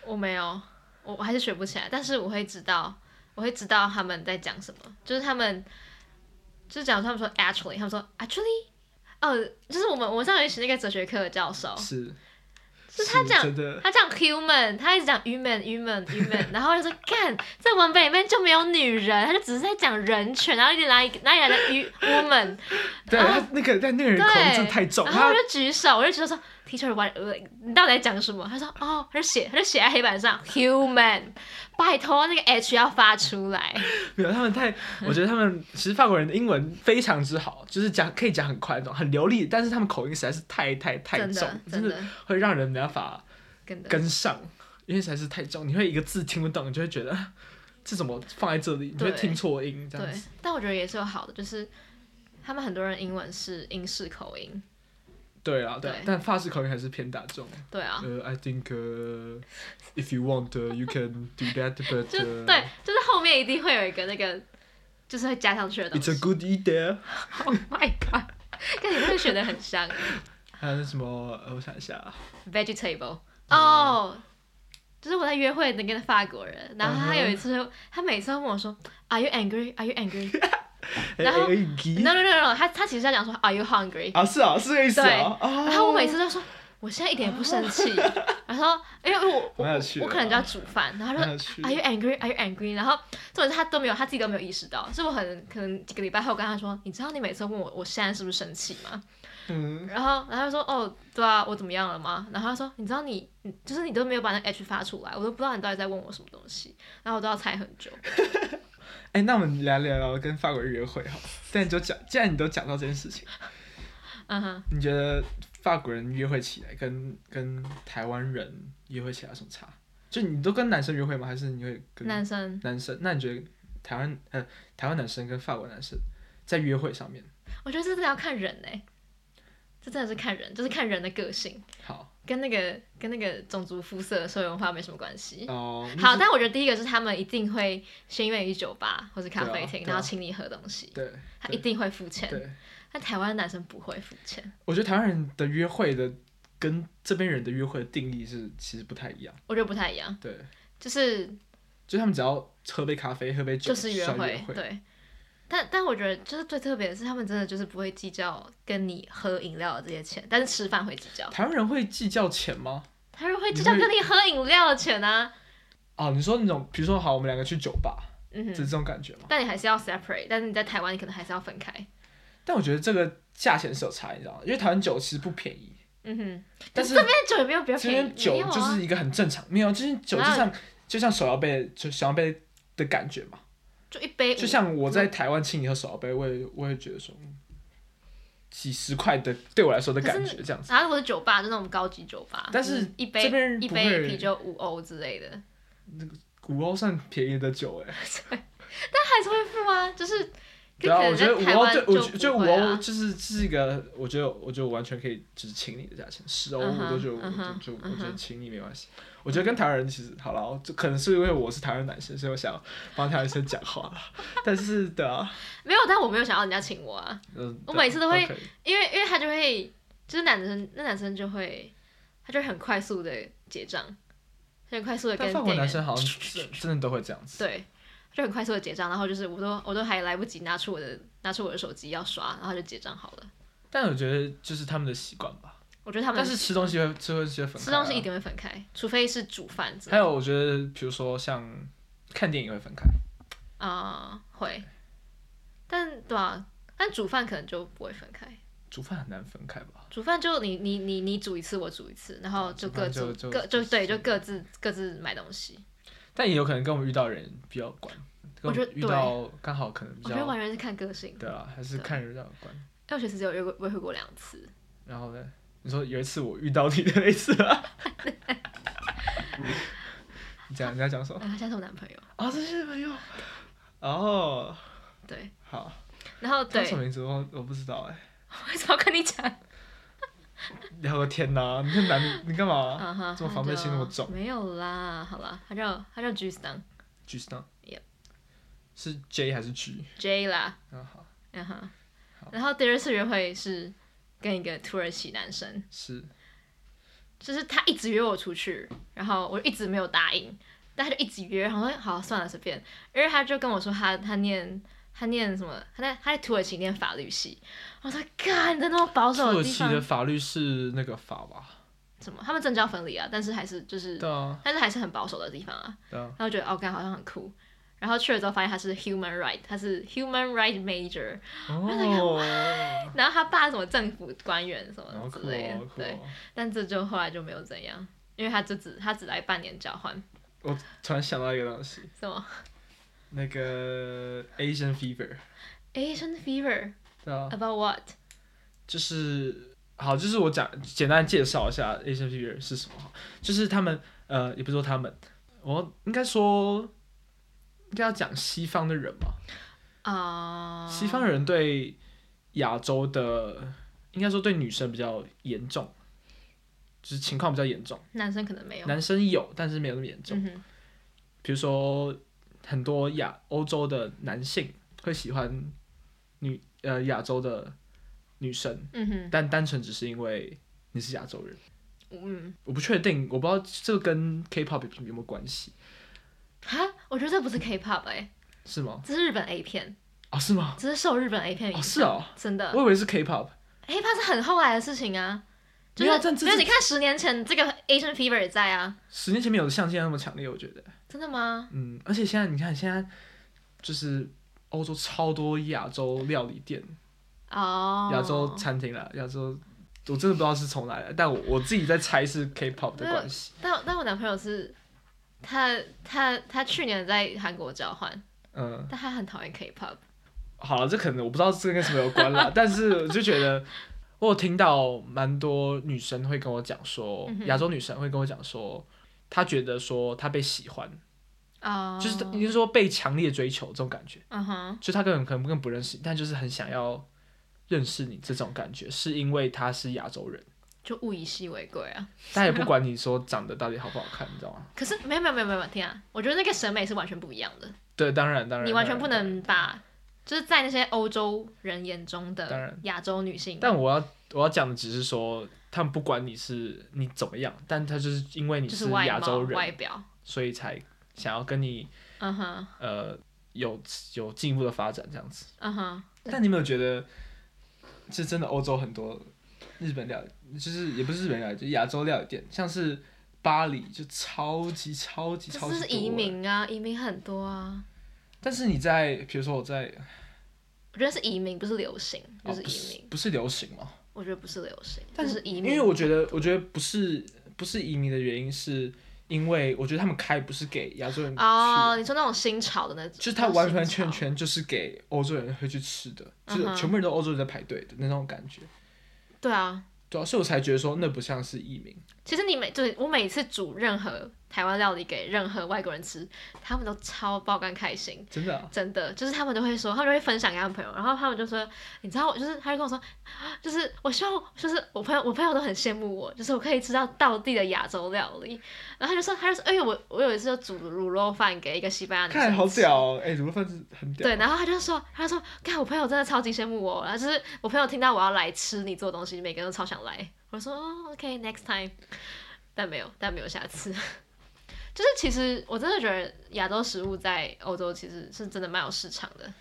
B: 我没有，我我还是学不起来，但是我会知道，我会知道他们在讲什么，就是他们，就是假如他们说 actually，他们说 actually，哦，就是我们我们上学期那个哲学课的教授，
A: 是，
B: 哦是他讲
A: 真的，
B: 他讲 human，他一直讲 human human human，然后我就说 [LAUGHS] 干，在文本里面就没有女人，他就只是在讲人权，然后一直哪里哪里来的 u- woman，
A: 对
B: 啊
A: 他那个但那个人 [LAUGHS] 口音真的太重，
B: 然后
A: 他
B: 我就举手，我就举手说 teacher what，呃你到底在讲什么？他说哦，他就写他就写在黑板上 human，拜托那个 h 要发出来，
A: 没有，他们太，我觉得他们其实法国人的英文非常之好，就是讲可以讲很快那种，很流利，但是他们口音实在是太太太
B: 真
A: 重
B: 的，
A: 真的
B: 真的
A: 会让人没办法
B: 真的，
A: 跟上，因为实在是太重，你会一个字听不懂，你就会觉得 [LAUGHS] 啊这怎么放在这里，你会
B: 对
A: 听错音这样
B: 对
A: 子。，
B: 但我觉得也是有好的，就是他们很多人英文是英式口音，
A: 对啊，对啊
B: 对，
A: 但法式口音还是偏大众。
B: 对啊，
A: 呃，I think uh, if you want, uh, you can do that,
B: [LAUGHS]
A: but
B: 就
A: uh,
B: 对，就是后面一定会有一个那个，就是会加上去的东
A: it's a
B: 西。
A: good idea。
B: Oh my god，跟 [LAUGHS] 你会学的很像。
A: 还有那什么，呃我想一下啊，
B: Vegetable
A: 嗯
B: 哦、就是我在约会那个法国人，然后
A: 嗯
B: 他
A: 哼
B: 有一次就他每次都问我说，Are you angry? Are you
A: [LAUGHS]
B: angry? 然后
A: 哎哎哎
B: No no no no，他他其实在讲说，Are you hungry？
A: 啊是啊，是这个意思啊。
B: 然
A: 然
B: 后我每次都说，我现在一点也不生
A: [LAUGHS]
B: 气。然后因为我我
A: 蛮有趣的
B: 我可能就要哎煮饭，然后他
A: 蛮
B: 就
A: 有趣的
B: Are you angry? Are you angry? 然后重点是他都没有，他自己都没有意识到。所以我很可能几个礼拜后跟他说，你知道你每次问我我现在是不是生气吗？
A: 嗯，
B: 然后然后他就说哦对啊，我怎么样了吗？然后他说你知道你你就是你都没有把那 H 发出来，我都不知道你到底在问我什么东西，然后我都要猜很久。
A: 哎、那我们来聊聊跟法国人约会好了。但你就讲，既然你都讲到这件事情，
B: 嗯哼，
A: 你觉得法国人约会起来跟跟台湾人约会起来有什么差？就你都跟男生约会吗？还是你会跟
B: 男生
A: 男生？那你觉得台湾呃台湾男生跟法国男生在约会上面，
B: 我觉得这真的要看人哎、这真的是看人，就是看人的个性。
A: 好
B: 跟那个跟那个种族肤色、社会文化没什么关系。
A: 哦，
B: 好，但我觉得第一个是他们一定会先约你去酒吧或是咖啡厅，
A: 对啊对啊
B: 然后请你喝东西，
A: 对啊
B: 他一定会付钱。
A: 对，
B: 但台湾男生不会付钱，
A: 我觉得台湾人的约会的跟这边人的约会的定义是其实不太一样，
B: 我觉得不太一样，
A: 对，
B: 就是
A: 就他们只要喝杯咖啡、喝杯酒
B: 就是约
A: 算
B: 会
A: 约，会，
B: 对。但但我觉得就是最特别的是，他们真的就是不会计较跟你喝饮料的这些钱，但是吃饭会计较。
A: 台湾人会计较钱吗？
B: 他们会计较跟你喝饮料的钱啊，
A: 哦，你说那种，比如说好，我们两个去酒吧，
B: 嗯
A: 是这
B: 哼。
A: 种感觉吗？
B: 但你还是要 separate，但是你在台湾你可能还是要分开。
A: 但我觉得这个价钱是有差异，你知道吗？因为台湾酒其实不便宜，
B: 嗯哼。
A: 但是
B: 这边酒也没有比较
A: 这
B: 便
A: 边
B: 宜，
A: 酒
B: 没有啊
A: 就是一个很正常，没有，就是酒就
B: 哪有
A: 像就像手摇杯，就手摇杯的感觉嘛。
B: 就一杯五，
A: 就像我在台湾请你喝手摇杯，我也我也觉得说，嗯几十块的对我来说的感觉这样子。
B: 然后如果是酒吧，就那种高级酒吧，
A: 但是
B: 嗯一
A: 这边
B: 杯
A: 人
B: 一
A: 不会
B: 杯啤酒五欧之类的，他
A: 五欧算便宜的酒哎、
B: 还是会付啊，就是
A: 对
B: 跟
A: 啊，
B: 可
A: 我
B: 能
A: 觉
B: 在
A: 得五
B: 台
A: 欧
B: 湾
A: 对，我觉
B: 就
A: 得
B: 不
A: 五
B: 会
A: 欧
B: 啊。
A: 就是是一个，我觉得我觉得我完全可以就是请你的价钱，十欧
B: 嗯
A: 我
B: 哼
A: 都觉得
B: 嗯
A: 我
B: 哼
A: 就就我
B: 嗯
A: 觉
B: 哼
A: 得请你没关系。我觉得跟台湾人其实好了，就可能是因为我是台湾男生，所以我想帮台湾生讲话了。但是啊的，
B: 没有，但我没有想要人家请我啊，
A: 嗯
B: 我
A: 对啊
B: 每次都会
A: 可以
B: 因为因为他就会，就是男生那男生就会，他就会很快速的结账，就很快速的跟
A: 但法国
B: 店
A: 男
B: 员
A: 生好像真真的都会这样子。
B: 对，就很快速的结账，然后就是我都我都还来不及拿出我的拿出我的手机要刷，然后他就结账好了。
A: 但我觉得就是他们的习惯吧。
B: 我觉得他们
A: 但是吃东西会吃东西会分开啊。
B: 吃东西一定会分开，除非是煮饭之类
A: 还
B: 的
A: 有我觉得，比如说像看电影会分开，
B: 啊、会，但对啊，但煮饭可能就不会分开，
A: 煮饭很难分开吧？
B: 煮饭就你你你你煮一次，我煮一次，然后就
A: 哦煮饭
B: 各
A: 就
B: 自
A: 就
B: 各
A: 就
B: 就是对，就各自各自买东西。
A: 但也有可能跟我们遇到的人比较有关，跟
B: 我觉得
A: 们遇
B: 对
A: 到刚好可能比
B: 我觉得
A: 较
B: 完全是看个性，
A: 对啊，还是
B: 对
A: 看人比较有关。
B: 要学时只有约过约会过两次，
A: 然后呢？你说有一次我遇到你的那一次啊？ [LAUGHS] 你讲你在
B: [LAUGHS]
A: 讲什么？
B: 然后现在是我男朋友，
A: 啊、这些朋友。哦，
B: 对，
A: 好。
B: 然后
A: 叫
B: 对，
A: 什么名字？我我不知道哎、
B: [LAUGHS] 为什么要跟你讲？
A: 聊个天呐、你看男，你干嘛、
B: 啊哈，
A: 哦这么防备心那么重
B: 他叫没有啦，好啦，他叫他叫 G s t n
A: g s t a
B: 啊 Yep
A: 是 J 还是 G？
B: J 啦，
A: 嗯，好，
B: 嗯哼
A: 好。
B: 然后第二次约会是跟一个土耳其男生，
A: 是
B: 就是他一直约我出去，然后我一直没有答应，但他就一直约，然后说好算了随便，因为他就跟我说他他念他念什么，他在他在土耳其念法律系，我说干，你在那么保
A: 土
B: 守
A: 耳
B: 地
A: 其的
B: 方，
A: 法律是那个法吧？
B: 什么他们政教分离啊，但是还是就是
A: 对啊，
B: 但是还是很保守的地方啊。
A: 对啊，
B: 然后觉得哦，干好像很酷。然后去了之后发现他是 human right，他是 human right major，
A: 哦，
B: 然后他爸是什么政府官员什
A: 好
B: 么之
A: 酷
B: 类的，
A: 哦，好酷
B: 对。
A: 哦！
B: 但这就后来就没有怎样，因为他就只他只来半年交换，
A: 我突然想到一个东西，
B: 什么
A: 那个 Asian Fever，
B: Asian fever
A: 对啊，
B: about what？
A: 就是好，就是我讲简单介绍一下 Asian Fever 是什么好，就是他们呃，也不是说他们，我应该说应该要讲西方的人吧，
B: 啊、
A: 西方人对亚洲的，应该说对女生比较严重，就是情况比较严重。
B: 男生可能没有，
A: 男生有，但是没有那么严重。
B: 嗯哼，
A: 比如说，很多亚欧洲的男性会喜欢女呃亚洲的女生，
B: 嗯哼，
A: 但单纯只是因为你是亚洲人。
B: 嗯，
A: 我不确定，我不知道这跟 K-pop 有没有关系，
B: 哈，我觉得
A: 嗯
B: 这不是 K-pop 哎、
A: 是吗？
B: 这是日本 A 片，
A: 啊、是吗？
B: 这是受日本 A 片影
A: 哦，
B: 响，
A: 是哦，
B: 真的
A: 我以为是 K-pop。
B: ，K-pop 是很后来的事情啊。就
A: 没有
B: 是，
A: 啊但这
B: 没有
A: 是
B: 你看十年前这个 Asian Fever 也在啊，
A: 十年前没有像现在那么强烈，我觉得。
B: 真的吗？
A: 嗯，而且现在你看，现在就是欧洲超多亚洲料理店、
B: 哦，
A: 亚洲餐厅啦，亚洲我真的不知道是从哪来的，但我我自己在猜是 K-pop 的关系。
B: 但但我男朋友是，他他他去年在韩国交换，
A: 嗯，
B: 但他很讨厌 K-pop。
A: 好了，这可能我不知道这跟什么有关啦，但是我就觉得我有听到蛮多女生会跟我讲说，
B: 嗯
A: 亚洲女生会跟我讲说，她觉得说她被喜欢，
B: 哦，
A: 就是你是说被强烈追求这种感觉。
B: 嗯哼，
A: 就他根本可能根本不认识你，但就是很想要认识你这种感觉，是因为他是亚洲人，
B: 就物以稀为贵啊。
A: 他也不管你说长得到底好不好看，你知道吗？
B: 可是没有没有没有没有，天啊！我觉得那个审美是完全不一样的，
A: [LAUGHS] 对，当然当然，
B: 你完全
A: 当
B: 不
A: 然。
B: 能把就是在那些欧洲人眼中
A: 当
B: 的
A: 然
B: 亚洲女性，
A: 但我要我要讲的只是说，他们不管你是你怎么样，但他就是因为你
B: 就是外
A: 亚
B: 貌
A: 洲人，
B: 外表，
A: 所以才想要跟你
B: 嗯哼
A: 呃有有进一步的发展这样子。
B: 嗯哼，
A: 但你有没有觉得，是真的欧洲很多日本料理，就是也不是日本料理，就是亚洲料理店，像是巴黎就超级超级
B: 这
A: 超
B: 就
A: 级
B: 是
A: 多
B: 移。民啊，移民很多啊。
A: 但是你在，比如说我在，
B: 我觉得是移民，不是流行，就
A: 哦
B: 是
A: 不
B: 移
A: 是
B: 民。
A: 不是流行嘛？
B: 我觉得不是流行，
A: 但
B: 就是移
A: 因
B: 民。
A: 为我觉得，我觉得不是不是移民的原因，是因为我觉得他们开不是给亚洲人去的
B: 哦，你说那种新潮的那种，
A: 就是它完完全
B: 新潮
A: 全就是给欧洲人会去吃的，就
B: 嗯
A: 是
B: 哼
A: 全部人都欧洲人在排队的那种感觉，
B: 对啊。
A: 对啊，所以我才觉得说那不像是移民。
B: 其实你每就是我每次煮任何台湾料理给任何外国人吃，他们都超爆肝开心，
A: 真的、啊，
B: 真的就是他们都会说，他们就会分享给他们朋友，然后他们就说，你知道我就是，他就跟我说，啊就是我希望就是我朋友我朋友都很羡慕我，就是我可以吃到道地的亚洲料理，然后他就说他就说，哎、我我有一次就煮卤肉饭给一个西班牙女
A: 看
B: 生
A: 好
B: 吃
A: 屌哦！哎、卤肉饭是很屌。
B: 对，然后他就说，他就说，看我朋友真的超级羡慕我，然后就是我朋友听到我要来吃你做的东西，每个人都超想来。我说、哦、OK next time，但没有，但没有下次。 [LAUGHS] 就是其实我真的觉得亚洲食物在欧洲其实是真的蛮有市场的。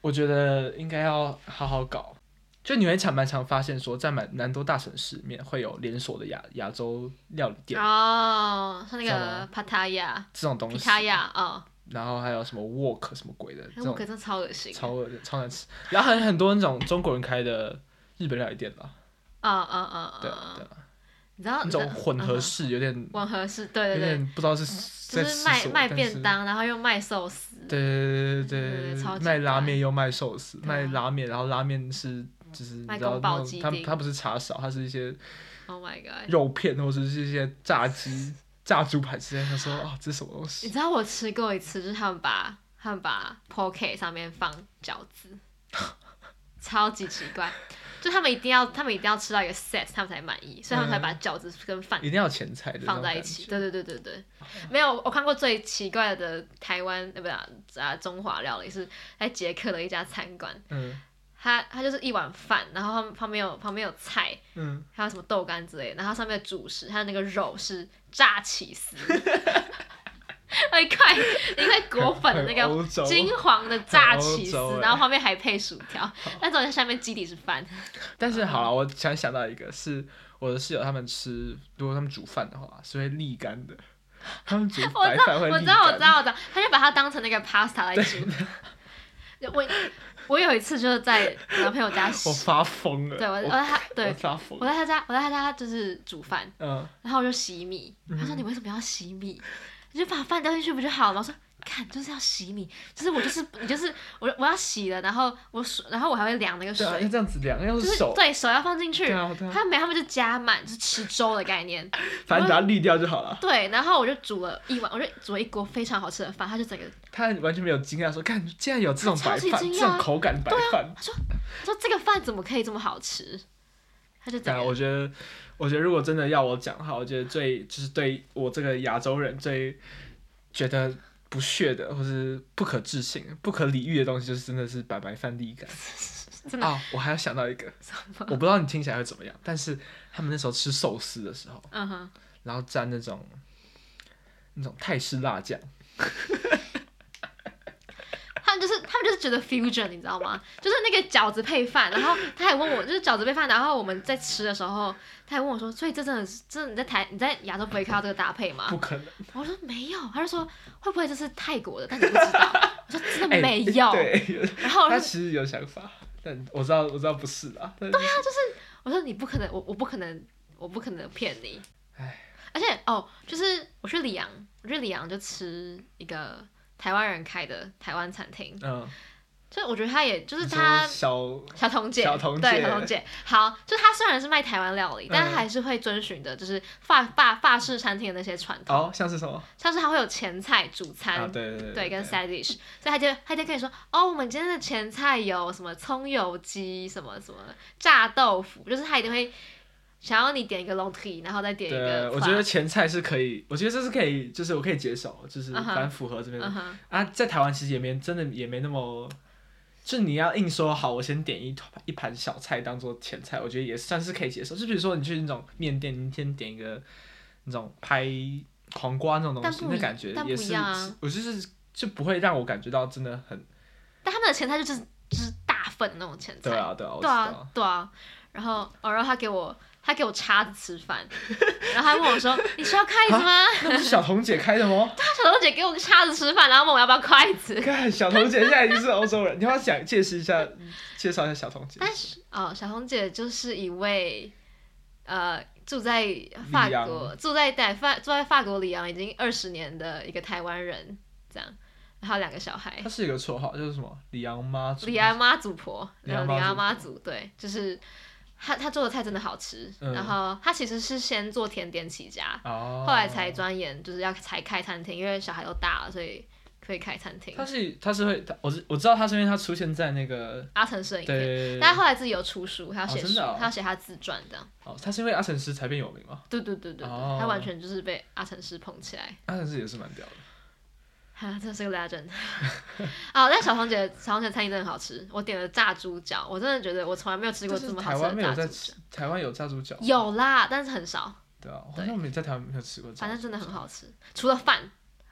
A: 我觉得应该要好好搞。就你会常蛮常发现说，在蛮蛮多大城市里面会有连锁的亚亚洲料理店、
B: 哦，像那
A: 知道
B: 个
A: 吗
B: Pattaya、
A: 这种东西，
B: Pitaya 哦，
A: 然后还有什么 Wok 什么鬼的这
B: 我
A: 种
B: 可真的超恶心。哦
A: 超恶超难吃，然后还有很多那种中国人开的日本料理店吧，
B: 啊啊啊！
A: 对
B: 哦
A: 啊对啊，
B: 你知道
A: 那种混合
B: 嗯
A: 式有点
B: 哼混合式，对
A: 有
B: 对对，
A: 点不知道是
B: 就
A: 在吃
B: 是
A: 什么，
B: 卖
A: 但
B: 卖
A: 是
B: 便当，然后又卖寿司。
A: 对对对对
B: 对
A: 对
B: 超
A: 对，
B: 级
A: 卖拉
B: 怪
A: 面又卖寿司，
B: 对啊
A: 卖拉面，然后拉面是就是你
B: 麦
A: 知道
B: 克
A: 那
B: 堡
A: 种
B: 鸡
A: 它
B: 丁
A: 它不是叉烧，它是一些
B: Oh my god！
A: 肉片或者是一些炸鸡、炸猪排之类的。他说啊，这是什么东
B: 你
A: 西？
B: 知道我吃过一次，就是他们把他们把 poke 上面放饺
A: [LAUGHS]
B: 子，超级奇怪。就他们一定要，他们一定要吃到一个 set，他们才满意，所以他们才
A: 嗯
B: 把饺子跟饭
A: 一定要前菜的那
B: 放
A: 种
B: 在一
A: 感
B: 起。
A: 觉哦
B: 对对对对对，没有，我看过最奇怪的台湾，呃，不是啊啊，中华料理是在捷克的一家餐馆，
A: 嗯
B: 它它就是一碗饭，然后他们旁边有旁边有菜，
A: 嗯，
B: 还有什么豆干之类的，然后上面的主食，它的那个肉是炸
A: [LAUGHS]
B: 起司，一块一块裹粉的那
A: 很欧
B: 个
A: 洲
B: 金黄的炸起司
A: 很欧洲，欸
B: 然后旁边还配薯条，但总之下面基底是饭。
A: 但是
B: 嗯
A: 好了，我想想到一个，是我的室友他们吃，如果他们煮饭的话是会沥干
B: [LAUGHS]
A: 的，他们煮
B: 我
A: 白
B: 知道，
A: 饭会
B: 我知
A: 沥
B: 道，我
A: 干。
B: 知道，我知道，他就把它当成那个 pasta 来煮。 [LAUGHS] 我我有一次就是在我男朋友家
A: [LAUGHS]
B: 洗
A: 我，发疯了。
B: 对我我
A: 我
B: 在他
A: 我
B: 对
A: 发疯
B: 我。在他家我在他家就是煮饭，
A: 嗯，
B: 然后我就洗米，他说你为什么要洗米？你就把饭丢进去不就好了吗？我说看就是要洗米，就是我就是你就是我我要洗了，然后我水，然后我还会量那个
A: 对
B: 水，
A: 啊，要这样子量，要
B: 就是是
A: 手，
B: 对手要放进去。
A: 对啊对啊，
B: 他没有，他们就加满，就是吃粥的概念。
A: 反正把它沥掉就好了。
B: 对，然后我就煮了一碗，我就煮了一锅非常好吃的饭，他就整个
A: 他完全没有惊讶，说：“看，竟然有这种白
B: 超级
A: 饭，
B: 惊
A: 这
B: 讶啊
A: 种口感的白饭。
B: 他说这个饭怎么可以这么好吃？他就整
A: 对啊，
B: 个
A: 我觉得，我觉得如果真的要我讲的话，我觉得最就是对我这个亚洲人最觉得不屑的，或是不可置信、不可理喻的东西，就是真的是白白饭粒感。
B: [LAUGHS] 真的
A: 啊、我还要想到一个，我不知道你听起来会怎么样，但是他们那时候吃寿司的时候，
B: 嗯哼，
A: 然后蘸那种那种泰式辣酱，
B: 他们就是他们就是觉得 fusion，你知道吗？就是那个饺子配饭，然后他还问我，就是饺子配饭，然后我们在吃的时候，他还问我说，所以这真的是，真的你在台你在亚洲不会看到这个搭配吗
A: 不？可能。
B: 我说没有，他就说会不会这是泰国的，但你不知道？我说真的
A: 哎
B: 没有，
A: 对，
B: 然后我
A: 他
B: 说
A: 其实有想法，但我知道我知道不是啦。对啊，
B: 我说你不可能，我我不可能，我不可能骗你
A: 唉。
B: 而且哦，就是我去里昂，我去里昂就吃一个台湾人开的台湾餐厅，
A: 嗯，
B: 就我觉得他也就是
A: 你说
B: 他
A: 小哦
B: 小彤姐，
A: 小彤姐
B: 对小彤姐，好，就她虽然是卖台湾料理，但
A: 嗯
B: 她还是会遵循的，就是法法法式餐厅的那些传统，
A: 哦，像是什么？
B: 像是她会有前菜、主餐，
A: 啊，对对
B: 对，跟 side dish，所以她就她就跟你说，哦，我们今天的前菜有什么葱油鸡，什么什么炸豆腐，就是她一定会想要你点一个 long tea，然后再点一
A: 对，
B: 个，
A: 我觉得，前菜是可以，我觉得这是可以，就是我可以接受，就是
B: 嗯哼
A: 反正符合这边的
B: 嗯哼，
A: 啊，在台湾其实也没真的也没那么，就你要硬说好，我先点一团一盘小菜当做前菜，我觉得也算是可以接受。就比如说你去那种面店，你先点一个那种拍黄瓜那种东西
B: 但，不一
A: 那感觉
B: 但不
A: 也
B: 一
A: 是，
B: 样啊
A: 是我就是就不会让我感觉到真的很
B: 但他们的前菜就是就是大份的那种前菜，
A: 对啊对啊，我知
B: 对
A: 道
B: 啊，，对啊。然后，哦，然后他给我，他给我叉子吃饭，然后还问
A: [LAUGHS]
B: 我说：“你需要筷子吗？”
A: 那不是小彤姐开的吗？
B: [LAUGHS] 小彤姐给我个叉子吃饭，然后问我要不要筷子。
A: 看小彤姐现在已经是欧洲人，你要不要讲解释一下，介绍一下小彤姐。
B: 但是，哦，小彤姐就是一位，呃，住在法
A: 里
B: 国，
A: 昂
B: 住在在法住在法国里昂已经二十年的一个台湾人，这样，还有两个小孩
A: 她，是有个绰号，就是什么里昂妈祖。
B: 里昂妈祖婆，
A: 里
B: 然
A: 昂妈
B: 后里昂
A: 祖
B: 妈祖，对，就是。她她做的菜真的好吃，
A: 嗯
B: 然后她其实是先做甜点起家，
A: 哦。
B: 后来才钻研，就是要才开餐厅，因为小孩都大了，所以可以开餐厅
A: 他。是他是会，他我知我知道他是因为他出现在那个
B: 阿成摄影片，
A: 对，
B: 但他后来自己有出书，他要写
A: 哦
B: 书，
A: 真的哦
B: 他要写他自传这样。
A: 哦，他是因为阿成师才变有名嘛，
B: 对对对对对，
A: 哦
B: 他完全就是被阿成师捧起来，
A: 阿成师也是蛮屌的，
B: 哈，真是个 legend。啊，但小红姐小红姐餐厅真的很好吃，我点了炸猪脚，我真的觉得我从来没有吃过
A: 但
B: 这
A: 是
B: 么
A: 台
B: 好
A: 湾
B: 吃
A: 没
B: 的
A: 有
B: 炸
A: 在
B: 猪
A: 吃
B: 脚。，
A: 台湾有炸猪脚，
B: 有啦，但是很少，
A: 对啊，我好
B: 对
A: 像没在台湾没有吃过炸
B: 反
A: 猪
B: 正
A: 脚，
B: 真的很好吃，除了饭，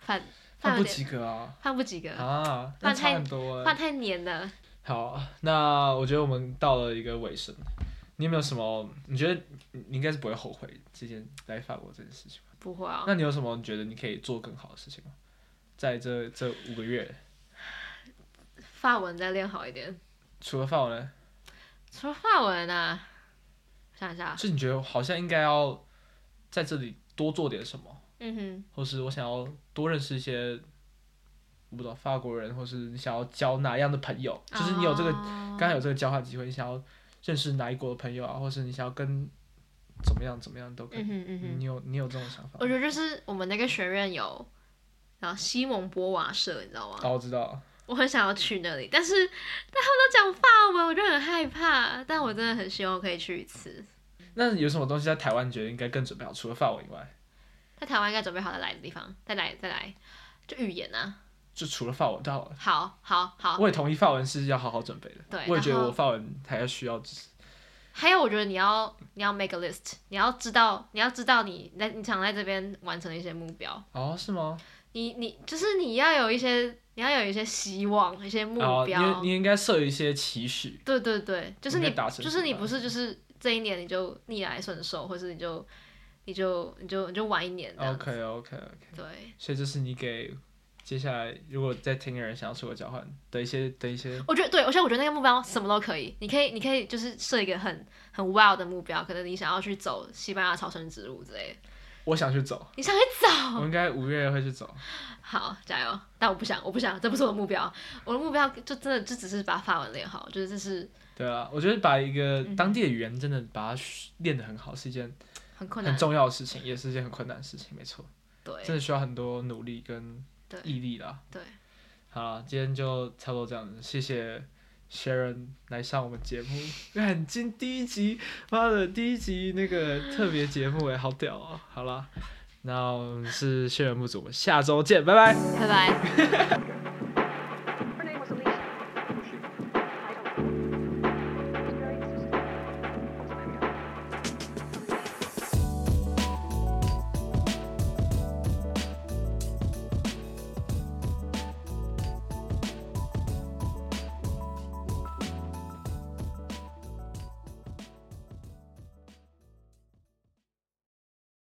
B: 饭
A: 饭
B: 饭
A: 不
B: 有点
A: 及格啊
B: 饭不及格，
A: 啊，那
B: 饭
A: 差
B: 太
A: 很多欸
B: 饭太黏了。
A: 好，那我觉得我们到了一个尾声，你有没有什么？你觉得你你应该是不会后悔这件来法国这件事情吧？
B: 不会啊，
A: 那你有什么你觉得你可以做更好的事情吗？在这这五个月，
B: 法文再练好一点。
A: 除了法文呢？
B: 除了法文啊，我想一下，
A: 就你觉得好像应该要在这里多做点什么，
B: 嗯哼，
A: 或是我想要多认识一些，我不知道法国人，或是你想要交哪样的朋友，就是你有这个
B: 哦
A: 刚才有这个交换机会，你想要认识哪一国的朋友啊，或是你想要跟怎么样怎么样都可以。
B: 嗯哼嗯哼，
A: 你有你有这种想法
B: 我
A: 吗？
B: 觉得就是我们那个学院有，然后西蒙波娃社，你知道吗？
A: 哦，我知道，
B: 我很想要去那里，但是但他们都讲法文，我就很害怕。但我真的很希望可以去一次。
A: 那有什么东西在台湾觉得应该更准备好？除了法文以外，
B: 在台湾应该准备好再来的地方，再来再来，就语言啊，
A: 就除了法文，但
B: 好好好。
A: 我也同意法文是要好好准备的。
B: 对
A: 我也觉得
B: 然后
A: 我法文还要需要
B: 还有，我觉得你要你要 make a list，你要知道你要知道你在你想在这边完成的一些目标，
A: 哦，是吗？
B: 你你就是你要有一些你要有一些希望，一些目
A: 哦，
B: 标。
A: 你你应该设一些期许。
B: 对对对，就是
A: 应该
B: 你
A: 达成
B: 就是你
A: 什么
B: 不是就是这一年你就逆来顺受，或是你就你就你就你就晚一年这样。
A: OK OK OK，
B: 对，
A: 所以这是你给接下来如果在听的人想要出国交换的一些的一些
B: 我觉得对，而且我觉得那个目标什么都可以，你可以你可以就是设一个很很 wild 的目标，可能你想要去走西班牙朝圣之路之类的，
A: 我想去走，
B: 你想去走，
A: 我应该五月会去走。
B: 好加油！但我不想，我不想，这不是我的目标，我的目标就真的就只是把法文练好，就是这是
A: 对啊，我觉得把一个
B: 嗯
A: 当地的语言真的把它练得很好，是一件
B: 很困
A: 很
B: 难，
A: 重要的事情，也是一件很困难的事情，没错，
B: 对
A: 真的需要很多努力跟
B: 对
A: 毅力啦。
B: 对，
A: 好啦，今天就差不多这样子，谢谢 Sharon 来上我们节目。看，今第一集，妈的，第一集那个特别节目哎、好屌哦、好啦，那我们是谢人不足，我们下周见，拜拜。
B: 拜拜。